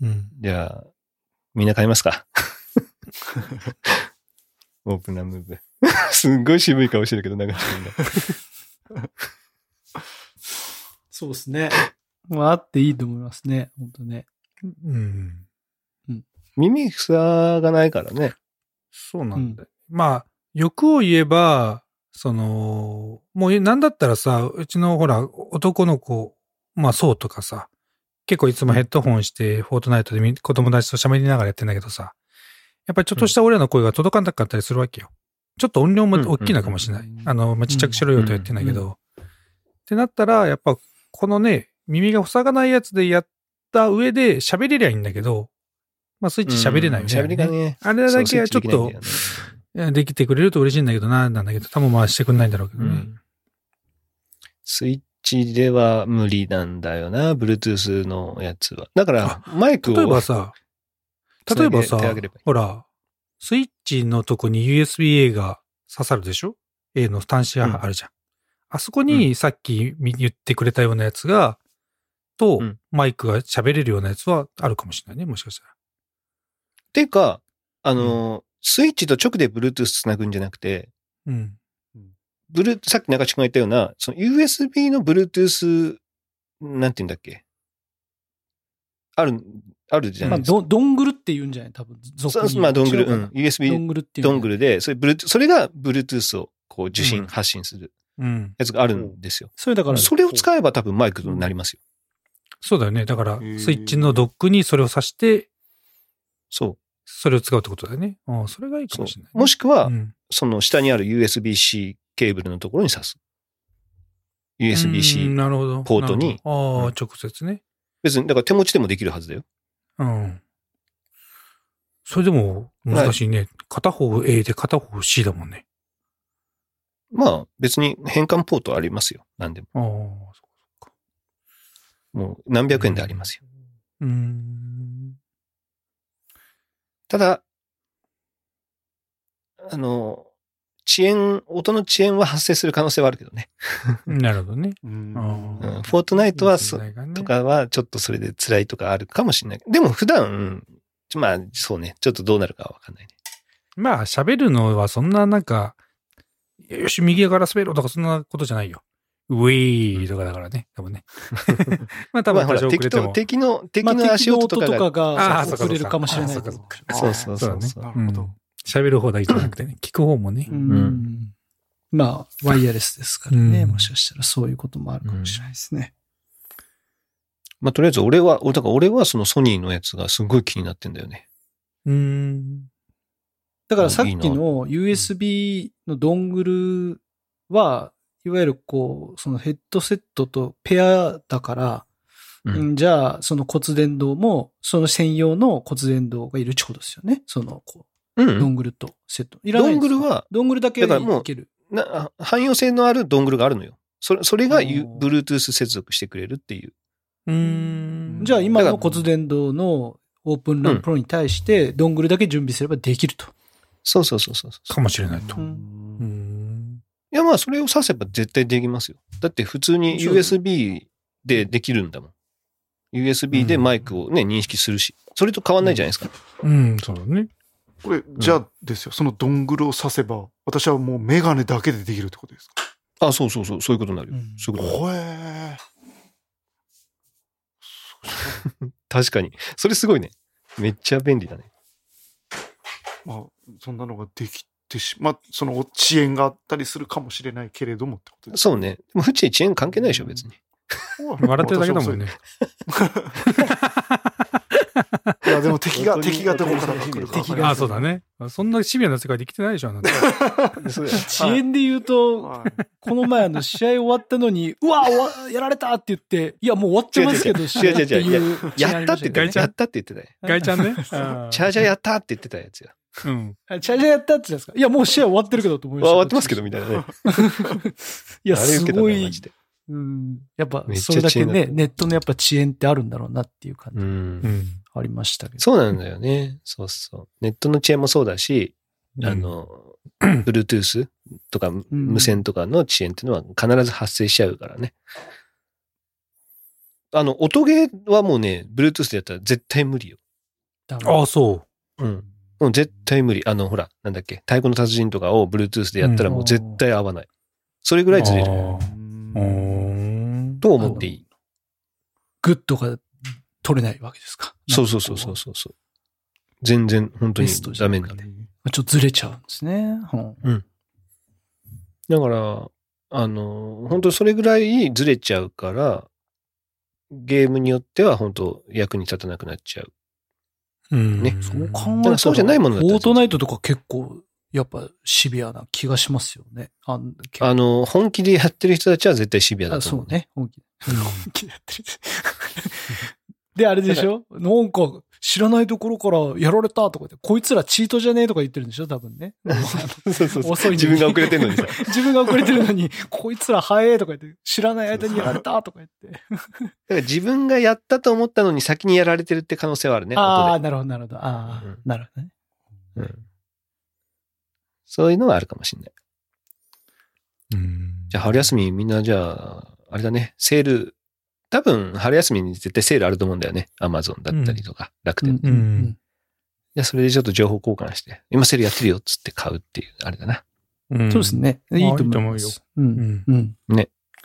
[SPEAKER 2] うん。
[SPEAKER 1] じゃあ、みんな買います か。 オープンなムーブ。 すんごい渋い顔してるけど、長くんが。
[SPEAKER 3] そうですね。まあ、あっていいと思いますね。本当ね。
[SPEAKER 2] うん。
[SPEAKER 1] 耳塞がないからね。
[SPEAKER 2] そうなんだよ。まあ、欲を言えば、その、もうなんだったらさ、うちのほら、男の子、まあそうとかさ、結構いつもヘッドホンして、フォートナイトでみ子供たちと喋りながらやってんだけどさ、やっぱりちょっとした俺らの声が届かなかったりするわけよ。ちょっと音量も
[SPEAKER 1] うん
[SPEAKER 2] 大きいのかもしれない。
[SPEAKER 3] うん
[SPEAKER 2] あの、まあ、ちっちゃくしろよとは言ってんだけど。ってなったら、やっぱこのね、耳が塞がないやつでやった上で喋れりゃいいんだけど、まあスイッチ喋れないよね。
[SPEAKER 1] 喋りがね。
[SPEAKER 2] あれだけはちょっとできてくれると嬉しいんだけどな、なんだけど、多分回してくんないんだろうけどね。
[SPEAKER 1] うんスイッチでは無理なんだよな、Bluetooth のやつは。だから、マイクを。
[SPEAKER 2] 例えばさ、
[SPEAKER 1] つな
[SPEAKER 2] 例え
[SPEAKER 1] げ
[SPEAKER 2] ば
[SPEAKER 1] て
[SPEAKER 2] さ
[SPEAKER 1] あげればいい、
[SPEAKER 2] ほら、スイッチのとこに USB-A が刺さるでしょ ?A の端子があるじゃん。あそこにさっきみ言ってくれたようなやつが、と、
[SPEAKER 1] うん
[SPEAKER 2] マイクが喋れるようなやつはあるかもしれないね、もしかしたら。
[SPEAKER 1] ていうか、あの、スイッチと直で Bluetooth つなぐんじゃなくて、
[SPEAKER 2] うん。
[SPEAKER 1] ブルさっき中地君が言ったような、その USB の Bluetooth、なんて言うんだっけある、あるじゃ
[SPEAKER 3] ま
[SPEAKER 1] な
[SPEAKER 3] あ、
[SPEAKER 1] いですか。
[SPEAKER 3] ど、どんぐるって言うんじゃない多分、俗
[SPEAKER 1] そ
[SPEAKER 3] に
[SPEAKER 1] うまあ、ドングル、
[SPEAKER 3] 違う
[SPEAKER 1] う
[SPEAKER 3] か
[SPEAKER 1] ん
[SPEAKER 3] な。ド
[SPEAKER 1] USB
[SPEAKER 3] ングルっていう
[SPEAKER 1] ド
[SPEAKER 3] の
[SPEAKER 1] ングルで、それ、Bluetooth、それが Bluetooth をこう受
[SPEAKER 2] うん
[SPEAKER 1] 信、発信する
[SPEAKER 2] うん。
[SPEAKER 1] やつがあるんですよ。
[SPEAKER 3] それだから、
[SPEAKER 1] それを使えば多分マイクになりますよ。
[SPEAKER 2] そうだよね。だから、
[SPEAKER 4] ー
[SPEAKER 2] スイッチのドックにそれを挿して、
[SPEAKER 1] そ。
[SPEAKER 2] それを使うってことだよね。うん、それがいいうか
[SPEAKER 1] そう
[SPEAKER 2] もしれない、
[SPEAKER 1] もしくは、
[SPEAKER 2] うん
[SPEAKER 1] その下にある USB-C ケーブルのところに挿す。
[SPEAKER 2] う
[SPEAKER 1] USB-C。
[SPEAKER 2] んなるほど
[SPEAKER 1] ポートに
[SPEAKER 2] なるほどああ、
[SPEAKER 1] うん
[SPEAKER 2] 直接ね。
[SPEAKER 1] 別に、だから手持ちでもできるはずだよ。
[SPEAKER 2] うん。それでも難しいね。片方 A で片方 C だもんね。
[SPEAKER 1] まあ、別に変換ポートありますよ。なんでも。
[SPEAKER 2] ああ、そっかそっか。
[SPEAKER 1] もう何百円でありますよ。
[SPEAKER 2] うーん。
[SPEAKER 1] ただ、あの、遅延、音の遅延は発生する可能性はあるけどね。
[SPEAKER 2] なるほどね。
[SPEAKER 4] うん
[SPEAKER 2] あ
[SPEAKER 1] うん、フォートナイトはそ、
[SPEAKER 2] 世代がね
[SPEAKER 1] とかはちょっとそれで辛いとかあるかもしれない。でも普段、まあそうね、ちょっとどうなるかはわかんないね。
[SPEAKER 2] まあ、喋るのはそんななんか、よし、右から滑ろうとかそんなことじゃないよ。ウィーとかだからね。多 分ね。まあ、多分
[SPEAKER 1] まあ
[SPEAKER 2] 多
[SPEAKER 1] ほら
[SPEAKER 2] 少遅れ
[SPEAKER 1] 敵
[SPEAKER 2] て
[SPEAKER 1] と
[SPEAKER 2] も。
[SPEAKER 1] 敵の、敵
[SPEAKER 3] まあ、
[SPEAKER 1] の
[SPEAKER 3] 敵
[SPEAKER 1] 足
[SPEAKER 3] の
[SPEAKER 1] 音
[SPEAKER 3] 音
[SPEAKER 1] とかが、
[SPEAKER 3] とか
[SPEAKER 2] あ
[SPEAKER 3] が
[SPEAKER 2] あそうか
[SPEAKER 3] 遅れるかもしれな
[SPEAKER 2] そ
[SPEAKER 3] いう
[SPEAKER 2] か
[SPEAKER 3] と
[SPEAKER 2] そうか
[SPEAKER 1] そうそうそうそう。
[SPEAKER 4] な
[SPEAKER 2] う
[SPEAKER 4] るほど
[SPEAKER 2] ん。喋る方だけじゃなくてね。聞く方もね。
[SPEAKER 3] う
[SPEAKER 1] うん
[SPEAKER 3] まあ、ワイヤレスですからね、
[SPEAKER 2] うん
[SPEAKER 3] もしかしたらそういうこともあるかもしれないですね。
[SPEAKER 1] まあとりあえず俺は、だから俺はそのソニーのやつがすごい気になってんだよね。
[SPEAKER 2] うーん。
[SPEAKER 3] だからさっき
[SPEAKER 1] いいな
[SPEAKER 3] の USB のドングルは、いわゆるこう、そのヘッドセットとペアだから、
[SPEAKER 1] うん
[SPEAKER 3] うんじゃあ、その骨伝導も、その専用の骨伝導がいるってことですよね。その、こ
[SPEAKER 1] う
[SPEAKER 3] う、ド
[SPEAKER 1] ん。
[SPEAKER 3] ングルとセット。いらな
[SPEAKER 1] ド
[SPEAKER 3] いん
[SPEAKER 1] ン
[SPEAKER 3] で
[SPEAKER 1] グ
[SPEAKER 3] すか
[SPEAKER 1] ル、は、
[SPEAKER 3] ドングルだけ
[SPEAKER 1] だからもう
[SPEAKER 3] いける。
[SPEAKER 1] な汎用性のあるドングルがあるのよ。それそれがゆ
[SPEAKER 3] おー
[SPEAKER 1] Bluetooth 接続してくれるっていう。
[SPEAKER 2] うーん。
[SPEAKER 3] じゃあ今
[SPEAKER 1] だ
[SPEAKER 3] の
[SPEAKER 1] か
[SPEAKER 3] 骨伝導のオープンランプロに対して、ドングルだけ準備すればできると。
[SPEAKER 1] そうそうそうそうそう。
[SPEAKER 2] かもしれないと。
[SPEAKER 3] う
[SPEAKER 2] うんーん。
[SPEAKER 1] いやまあそれを挿せば絶対できますよ。だって普通に
[SPEAKER 3] そうだね
[SPEAKER 1] USB でできるんだもん。USB でマイクをね、認識するし。それと変わんないじゃないですか。
[SPEAKER 2] うん、そうだね。
[SPEAKER 4] これ、じゃあですよ、そのドングルを刺せば、私はもうメガネだけでできるってことですか
[SPEAKER 1] あ、そうそうそう、そういうことになるよ。
[SPEAKER 3] うん
[SPEAKER 1] そういうことになる
[SPEAKER 4] ほえ
[SPEAKER 1] 確かに。それすごいね。めっちゃ便利だね。
[SPEAKER 4] ー。まあ、そんなのができてしまあ、その遅延があったりするかもしれないけれどもってことです
[SPEAKER 1] そうね。でも、うち遅延関係ないでしょ、別に。
[SPEAKER 4] か
[SPEAKER 2] 笑ってるだけだもんね。。
[SPEAKER 4] いや、で も敵が、
[SPEAKER 1] 本当に
[SPEAKER 4] 敵がどこから来るか分かり
[SPEAKER 3] 敵が
[SPEAKER 2] あ
[SPEAKER 4] ま
[SPEAKER 2] あ、
[SPEAKER 4] せん
[SPEAKER 2] そうだね。そんなシビアな世界できてないでしょ、あなた。
[SPEAKER 1] そう
[SPEAKER 3] 遅延で言うと、
[SPEAKER 4] はい
[SPEAKER 3] この前あの試合終わったの に、うわ、終わやられたって言って、いや、もう終わってますけど、
[SPEAKER 1] 違う違う違う
[SPEAKER 3] 試合っていう
[SPEAKER 1] やったって言ってたよ
[SPEAKER 2] ガ
[SPEAKER 1] ね
[SPEAKER 2] イちゃん
[SPEAKER 1] やったって言ってたよ
[SPEAKER 2] ガイちゃんね。
[SPEAKER 1] チャージャーやったって言ってたやつよ。
[SPEAKER 2] うん。
[SPEAKER 3] あチャージャーやったって言ったんですかいや、もう試合終わってるけどと思いま
[SPEAKER 1] わ
[SPEAKER 3] し
[SPEAKER 1] 終わ
[SPEAKER 3] た。
[SPEAKER 1] ってますけど、みたいなね。
[SPEAKER 3] いや、
[SPEAKER 1] あれ
[SPEAKER 3] す
[SPEAKER 1] 受けたな
[SPEAKER 3] ご
[SPEAKER 1] マ
[SPEAKER 3] い
[SPEAKER 1] ジ、で
[SPEAKER 3] うん、やっぱ
[SPEAKER 1] めっちゃ
[SPEAKER 3] それだ
[SPEAKER 1] 遅
[SPEAKER 3] け
[SPEAKER 1] 延だ
[SPEAKER 3] ね、ネットのやっぱ遅延ってあるんだろうなっていう感
[SPEAKER 1] う
[SPEAKER 3] じ
[SPEAKER 1] ん。
[SPEAKER 2] ん。
[SPEAKER 3] ありましたけど。
[SPEAKER 1] そうなんだよね。そうそう。ネットの遅延もそうだし、あの、Bluetooth とか無線とかの遅延っていうのは必ず発生しちゃうからね。あの、音ゲーはもうね、Bluetooth でやったら絶対無理よ。
[SPEAKER 3] だから
[SPEAKER 2] ああ、そう。
[SPEAKER 1] うん。もう絶対無理。あの、ほら、なんだっけ、太鼓の達人とかを Bluetooth でやったらもう絶対合わない。それぐらいずれ
[SPEAKER 2] あ
[SPEAKER 1] る。
[SPEAKER 2] ー
[SPEAKER 4] う
[SPEAKER 2] うんん。
[SPEAKER 1] と思っていい。
[SPEAKER 3] グッドが取れないわけですか。
[SPEAKER 1] そうそうそうそうそうそう。全然、本当に
[SPEAKER 3] ベストじ
[SPEAKER 1] ダ
[SPEAKER 3] ゃな
[SPEAKER 1] メ
[SPEAKER 3] く
[SPEAKER 1] にな
[SPEAKER 3] て
[SPEAKER 1] る。
[SPEAKER 3] まあちょっとずれちゃうんですね。うん
[SPEAKER 1] だから、あの、本当それぐらいずれちゃうから、ゲームによっては本当役に立たなくなっちゃう。
[SPEAKER 2] うん
[SPEAKER 1] ね
[SPEAKER 3] そう
[SPEAKER 1] だ
[SPEAKER 3] 考え
[SPEAKER 1] か
[SPEAKER 3] た
[SPEAKER 1] ら
[SPEAKER 3] ら、
[SPEAKER 1] そうじゃないものだった
[SPEAKER 3] フ
[SPEAKER 1] ら
[SPEAKER 3] ォートナイトとか結構、やっぱシビアな気がしますよね。あん結構
[SPEAKER 1] あの、本気でやってる人たちは絶対シビアだ
[SPEAKER 3] あ
[SPEAKER 1] と
[SPEAKER 3] そ
[SPEAKER 1] 思う
[SPEAKER 3] う。ね。本気で。本気でやってる。で、あれでしょなんか、知らないところからやられたとか言って、こいつらチートじゃねえとか言ってるんでしょ多 分ね。
[SPEAKER 1] そうそうそう
[SPEAKER 3] 遅いのに
[SPEAKER 1] 自分が遅れてんのにさ。
[SPEAKER 3] 自分が遅れてるのに、こいつら早えとか言って、知らない間にやられたとか言って。
[SPEAKER 1] だから自分がやったと思ったのに先にやられてるって可能性はあるね。
[SPEAKER 3] ああ、
[SPEAKER 1] 後
[SPEAKER 3] なるほど、なるほど。ああ、
[SPEAKER 1] うん
[SPEAKER 3] なるほどね。
[SPEAKER 1] でうんそういうのはあるかもしれない。
[SPEAKER 2] うん
[SPEAKER 1] じゃあ春休みみんなじゃあ、あれだね、セール、多分春休みに絶対セールあると思うんだよね。アマゾンだったりとか、楽
[SPEAKER 3] う
[SPEAKER 1] 天
[SPEAKER 3] んうんうん
[SPEAKER 1] いや、それでちょっと情報交換して、今セールやってるよっつって買うっていう、あれだな。
[SPEAKER 2] ん
[SPEAKER 3] そうです。ね。いいと思いま
[SPEAKER 2] いい
[SPEAKER 3] す。うん。うん。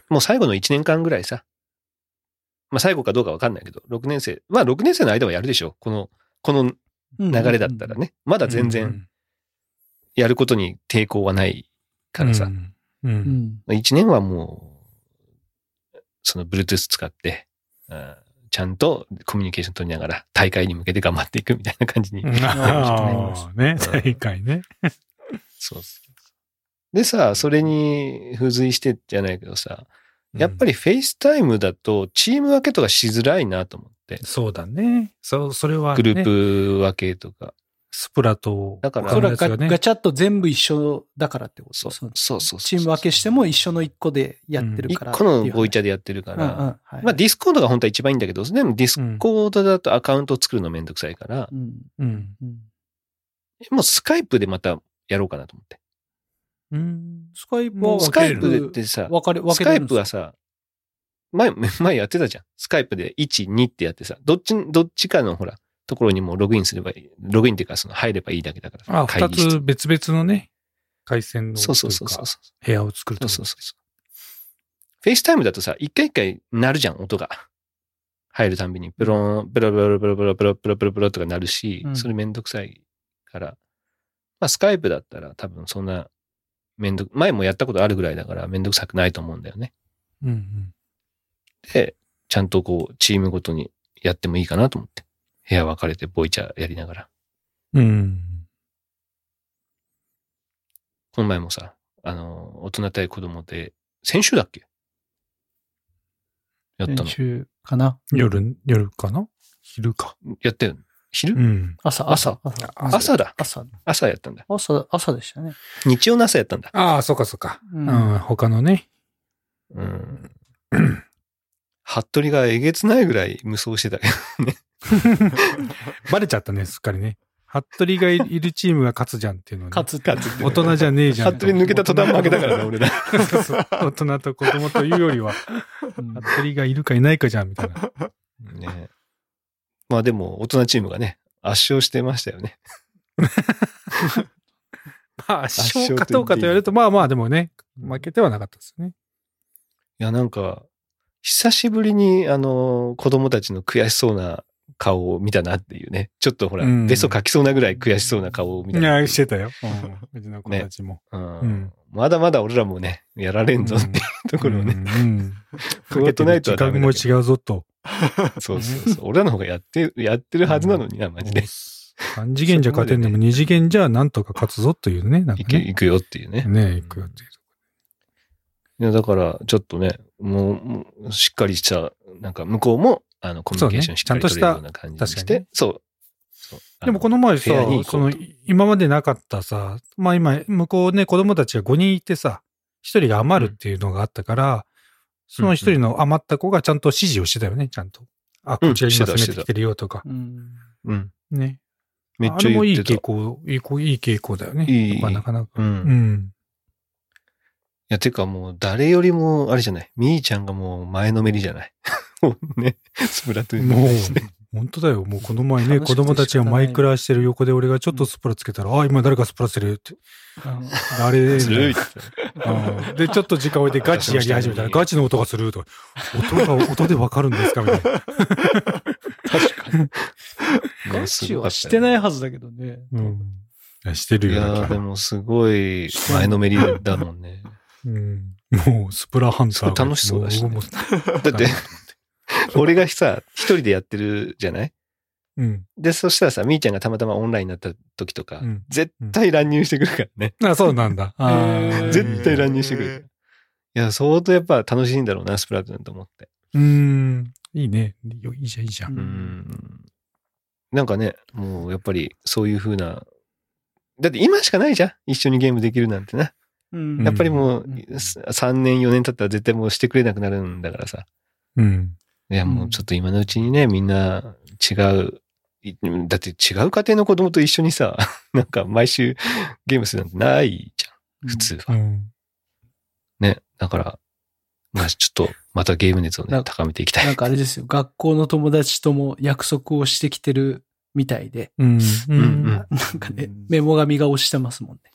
[SPEAKER 1] もう最後の1年間ぐらいさ。まあ最後かどうかわかんないけど、6年生、まあ6年生の間はやるでしょ。この、この流
[SPEAKER 3] 流
[SPEAKER 1] れだったら。ね。まだ全然やることに抵抗はないからさ。。
[SPEAKER 2] う。
[SPEAKER 3] うんん。
[SPEAKER 1] 1年はもう、その Bluetooth 使って、うんちゃんとコミュニケーション取りながら大会に向けて頑張っていくみたいな感じに。
[SPEAKER 2] ああ、ね、
[SPEAKER 1] うん
[SPEAKER 2] 大会ね。
[SPEAKER 1] そうそうでさ、それに付随してじゃないけどさ、やっぱ
[SPEAKER 2] り。
[SPEAKER 1] りフェイスタイムだとチーム分けとかしづらいなと思って。
[SPEAKER 2] そうだね。そう、それは
[SPEAKER 1] グ
[SPEAKER 2] ね。
[SPEAKER 1] ループ分けとか。
[SPEAKER 2] スプラと。
[SPEAKER 1] だから
[SPEAKER 3] そ
[SPEAKER 2] 他の
[SPEAKER 3] れは
[SPEAKER 2] やつ
[SPEAKER 3] ガ
[SPEAKER 2] がね
[SPEAKER 3] ガチャッと全部一緒だからってこと
[SPEAKER 1] そう
[SPEAKER 3] そ
[SPEAKER 1] そううそうそう。
[SPEAKER 3] チーム分けしても一緒の一個でやってる
[SPEAKER 1] 一
[SPEAKER 3] から。
[SPEAKER 1] 個のボイチ
[SPEAKER 3] ャ
[SPEAKER 1] ャでやってるか。
[SPEAKER 3] からうんうんはい
[SPEAKER 1] まあディスコードが本当は一番いいんだけど、でもディスコードだとアカウント作るのめんどくさいから、
[SPEAKER 3] うん
[SPEAKER 2] うん。
[SPEAKER 3] うん
[SPEAKER 1] もうスカイプでまたやろうかなと思って。
[SPEAKER 2] うん。
[SPEAKER 3] スカイプは
[SPEAKER 1] ス
[SPEAKER 3] 分
[SPEAKER 1] カ
[SPEAKER 3] け
[SPEAKER 1] イ
[SPEAKER 3] る
[SPEAKER 1] プでってさ、
[SPEAKER 3] 分かれ、分
[SPEAKER 1] ス
[SPEAKER 3] け
[SPEAKER 1] カ
[SPEAKER 3] れ
[SPEAKER 1] イ
[SPEAKER 3] るん
[SPEAKER 1] プ
[SPEAKER 3] で
[SPEAKER 1] は
[SPEAKER 3] すか
[SPEAKER 1] さ、前、前やってたじゃん。スカイプで1、2ってやってさ、どっち、どっちかのほら、ところにもうログインすればいい。ログインっていうか、その入ればいいだけだからさ
[SPEAKER 2] あ、
[SPEAKER 1] 会
[SPEAKER 2] 二
[SPEAKER 1] 議室
[SPEAKER 2] つ別々のね、回線の。
[SPEAKER 1] そうそうそうそう。。
[SPEAKER 2] 部屋を作る
[SPEAKER 1] そ
[SPEAKER 2] と
[SPEAKER 1] う。そうそうそう。フェイスタイムだとさ、一回一回鳴るじゃん、音が。入るたんびに、ブローン、ブロブロブロブロブロブロブロブロとか鳴るし
[SPEAKER 3] う、ん
[SPEAKER 1] それめんどくさいから。まあ、スカイプだったら多分そんな、めんどく、前もやったことあるぐらいだからめんどくさくないと思うんだよね。
[SPEAKER 2] うん
[SPEAKER 1] で、ちゃんとこう、チームごとにやってもいいかなと思って。部屋分かれてボイチャやりながら。
[SPEAKER 2] うん。うん。
[SPEAKER 1] この前もさ、あの、大人対子供で、先週だっけやった
[SPEAKER 3] 練
[SPEAKER 1] の。
[SPEAKER 3] 習かな。
[SPEAKER 2] 夜、夜かな昼か。
[SPEAKER 1] やったよね。昼、
[SPEAKER 2] うん。
[SPEAKER 3] 朝、
[SPEAKER 1] 朝
[SPEAKER 3] 朝。
[SPEAKER 1] 朝だ。
[SPEAKER 3] 朝。
[SPEAKER 1] 朝やったんだ。
[SPEAKER 3] 朝、朝でしたね。
[SPEAKER 1] 日曜の朝やったんだ。
[SPEAKER 2] ああ、そうかそうか。
[SPEAKER 3] う
[SPEAKER 2] うんん、他のね。
[SPEAKER 1] うん。服部がえげつないぐらい無双してたけど。
[SPEAKER 2] バレちゃったね、すっかりね。服部がいるチームが勝つじゃんっていうのね。
[SPEAKER 3] 勝つって。
[SPEAKER 2] 大人じゃねえじゃんと。
[SPEAKER 1] 服部抜けた途端負けたからね、
[SPEAKER 2] ね
[SPEAKER 1] 俺ら。
[SPEAKER 2] そうそう大人と子供というよりは、
[SPEAKER 3] うん
[SPEAKER 2] 服部がいるかいないかじゃん、みたいな。
[SPEAKER 1] ねまあでも、大人チームがね、圧勝してましたよね。
[SPEAKER 2] まあ、圧勝かどうかと言われると、まあまあ、でもね、負けてはなかったですよね。
[SPEAKER 1] いや、なんか、久しぶりに、あの、子供たちの悔しそうな顔を見たなっていうね。ちょっとほら、
[SPEAKER 2] うん
[SPEAKER 1] ベソ書きそうなぐらい悔しそうな顔を見た
[SPEAKER 2] い
[SPEAKER 1] な
[SPEAKER 2] や、してたよ。うんうちの子たちも。
[SPEAKER 1] うん
[SPEAKER 2] うん
[SPEAKER 1] まだまだ俺ら もね、やられんぞっていうところをね。
[SPEAKER 2] うん。うん
[SPEAKER 1] フォートナイトは
[SPEAKER 2] かけ
[SPEAKER 1] ダ
[SPEAKER 2] て
[SPEAKER 1] メ
[SPEAKER 2] る
[SPEAKER 1] だ
[SPEAKER 2] 時
[SPEAKER 1] けど
[SPEAKER 2] 間も違うぞと。
[SPEAKER 1] そうそうそう。俺らの方がやって、やってるはずなのにな、マジで。
[SPEAKER 2] 三次元じゃ勝てんでも二次元じゃなんとか勝つぞというね、なん
[SPEAKER 1] い
[SPEAKER 2] か
[SPEAKER 1] け
[SPEAKER 2] ね。
[SPEAKER 1] いくよっていうね。
[SPEAKER 2] ねいくよっていう。
[SPEAKER 1] いや、だから、ちょっとね、もうもう、しっかりした、なんか、向こうも、あの、コミュニケーションしっかり
[SPEAKER 2] そうね
[SPEAKER 1] 取れるような感じに
[SPEAKER 2] ちゃんとし
[SPEAKER 1] し
[SPEAKER 2] た確かに
[SPEAKER 1] て、そう。そう
[SPEAKER 2] でもこの前さ
[SPEAKER 1] 部屋に行、こ
[SPEAKER 2] そうの
[SPEAKER 1] と
[SPEAKER 2] 今までなかったさ、まあ今、向こうね、子供たちが5人いてさ、1人が余るっていうのがあったから、その1人の余った子がちゃんと指示をしてたよね、ちゃんと。あ、
[SPEAKER 1] うん
[SPEAKER 2] こちらに
[SPEAKER 1] して
[SPEAKER 2] 今
[SPEAKER 1] た
[SPEAKER 2] 攻めてきてるよとか。
[SPEAKER 3] うん。
[SPEAKER 1] うん。
[SPEAKER 2] ね。
[SPEAKER 1] めっ
[SPEAKER 2] あ
[SPEAKER 1] ちゃ
[SPEAKER 2] れもいい
[SPEAKER 1] 言って
[SPEAKER 2] 傾
[SPEAKER 1] た。
[SPEAKER 2] 向、いい子いい傾向だよね。
[SPEAKER 1] いい
[SPEAKER 2] やっぱなかなか。
[SPEAKER 1] う。
[SPEAKER 2] うん
[SPEAKER 1] い
[SPEAKER 2] ん。
[SPEAKER 1] や、てかもう、誰よりも、あれじゃない。みーちゃんがもう、前のめりじゃない。 もうね、スプラトゥーンに
[SPEAKER 2] もう
[SPEAKER 1] 対して。
[SPEAKER 2] 本当だよ。もうこの前ね、
[SPEAKER 3] 楽
[SPEAKER 2] 子
[SPEAKER 3] しくて
[SPEAKER 2] 供たちがマイクラしてる横で俺がちょっとスプラつけたら、あ、今誰かスプラしてるって。 あれ
[SPEAKER 1] ずるい
[SPEAKER 2] うんで、ちょっと時間置いてガチやり始めたら、ガチの音がするとか、音が、音でわかるんですかみたいな。
[SPEAKER 1] 確かに。も
[SPEAKER 3] ガ
[SPEAKER 1] うす
[SPEAKER 3] チ
[SPEAKER 1] ごか
[SPEAKER 3] は
[SPEAKER 1] ったよ
[SPEAKER 3] してないはずだけどね。
[SPEAKER 2] うん。いやしてる
[SPEAKER 1] い
[SPEAKER 2] よ。
[SPEAKER 1] や
[SPEAKER 2] だ
[SPEAKER 1] ー
[SPEAKER 2] か
[SPEAKER 1] で
[SPEAKER 2] ら
[SPEAKER 1] もすごい前のめりだもんね。
[SPEAKER 2] うんもう、スプラハンターが。
[SPEAKER 1] 楽しそうだしね
[SPEAKER 2] もう
[SPEAKER 1] だって、俺がさ、一人でやってるじゃない
[SPEAKER 2] うん。
[SPEAKER 1] で、そしたらさ、みーちゃんがたまたまオンラインになった時とか、
[SPEAKER 2] うん
[SPEAKER 1] 絶対乱入してくるからね。
[SPEAKER 2] あ、そうなんだ。あー
[SPEAKER 1] 絶対乱入してくる。いや、相当やっぱ楽しいんだろうな、スプラトゥーンと思って。
[SPEAKER 2] うん。いいね。よいいじゃん、いいじゃん。
[SPEAKER 1] う
[SPEAKER 3] うん
[SPEAKER 1] ん。なんかね、もうやっぱりそういう風な、だって今しかないじゃん一緒にゲームできるなんてな。
[SPEAKER 3] うん
[SPEAKER 1] やっぱりもう
[SPEAKER 3] うん
[SPEAKER 1] 3年4年経ったら絶対もうしてくれなくなるんだからさ。
[SPEAKER 2] うん。
[SPEAKER 1] いや、もうちょっと今のうちにね、みんな違う、いだって違う家庭の子供と一緒にさ、 なんか毎週ゲームするなんてないじゃん、普通
[SPEAKER 2] う
[SPEAKER 1] は。
[SPEAKER 2] ん。
[SPEAKER 1] ね。だから、まあちょっとまたゲーム熱をね
[SPEAKER 3] な、
[SPEAKER 1] 高めていきた
[SPEAKER 3] ないん。かあれですよ、学校の友達とも約束をしてきてるみたいで、
[SPEAKER 2] うん。う
[SPEAKER 1] うん
[SPEAKER 2] ん。
[SPEAKER 3] なんか
[SPEAKER 4] う
[SPEAKER 3] ね
[SPEAKER 4] ん、
[SPEAKER 3] メモ紙が押してますもんね。